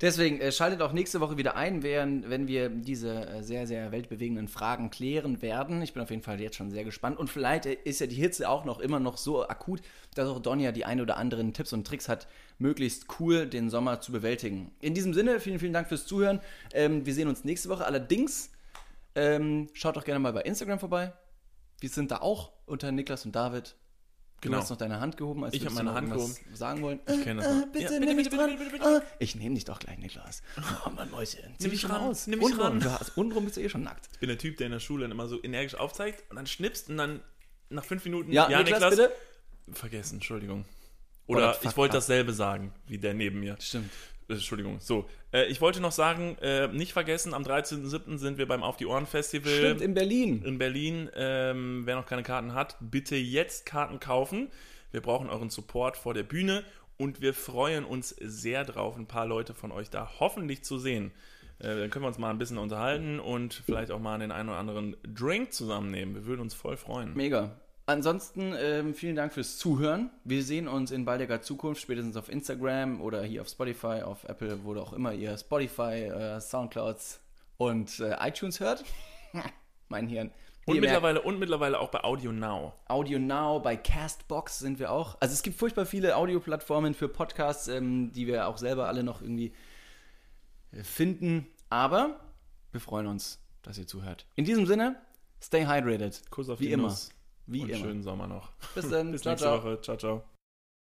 Deswegen äh, schaltet auch nächste Woche wieder ein, während, wenn wir diese äh, sehr, sehr weltbewegenden Fragen klären werden. Ich bin auf jeden Fall jetzt schon sehr gespannt. Und vielleicht äh, ist ja die Hitze auch noch immer noch so akut, dass auch Donja die ein oder anderen Tipps und Tricks hat, möglichst cool den Sommer zu bewältigen. In diesem Sinne, vielen, vielen Dank fürs Zuhören. Ähm, wir sehen uns nächste Woche. Allerdings, ähm, schaut doch gerne mal bei Instagram vorbei. Wir sind da auch unter Niklas und David. Du Genau. hast noch deine Hand gehoben, als Ich würdest hab du meine noch Hand irgendwas sagen wollen. kenn das noch. Ja, Äh, bitte, bitte, nimm mich bitte, dran. bitte, bitte, bitte. Ah, ich nehme dich doch gleich, Niklas. Oh Mann, Mäuschen. Zieh mich dich ran, raus. nimm mich untenrum, ran. Du hast, untenrum bist du eh schon nackt. Ich bin der Typ, der in der Schule dann immer so energisch aufzeigt und dann schnippst und dann nach fünf Minuten. Ja, Niklas, bitte. Vergessen, Entschuldigung. Oh, Oder fuck, ich wollte fuck. dasselbe sagen, wie der neben mir. Stimmt. Äh, Entschuldigung. So, äh, ich wollte noch sagen, äh, nicht vergessen, am 13.07. sind wir beim Auf die Ohren Festival Stimmt, in Berlin. in Berlin. Ähm, wer noch keine Karten hat, bitte jetzt Karten kaufen. Wir brauchen euren Support vor der Bühne und wir freuen uns sehr drauf, ein paar Leute von euch da hoffentlich zu sehen. Äh, dann können wir uns mal ein bisschen unterhalten und vielleicht auch mal den einen oder anderen Drink zusammennehmen. Wir würden uns voll freuen. Mega. Ansonsten ähm, vielen Dank fürs Zuhören. Wir sehen uns in baldiger Zukunft, spätestens auf Instagram oder hier auf Spotify, auf Apple, wo auch immer ihr Spotify, äh, Soundclouds und äh, iTunes hört. mein Hirn. Und Ihr merkt- mittlerweile, und mittlerweile auch bei Audio Now. Audio Now, bei Castbox sind wir auch. Also es gibt furchtbar viele Audioplattformen für Podcasts, ähm, die wir auch selber alle noch irgendwie äh, finden. Aber wir freuen uns, dass ihr zuhört. In diesem Sinne, stay hydrated. Kuss auf Wie die immer. Nuss. Wie und immer. schönen Sommer noch. Bis dann. Bis Ciao, nächste ciao. Woche. Ciao, ciao.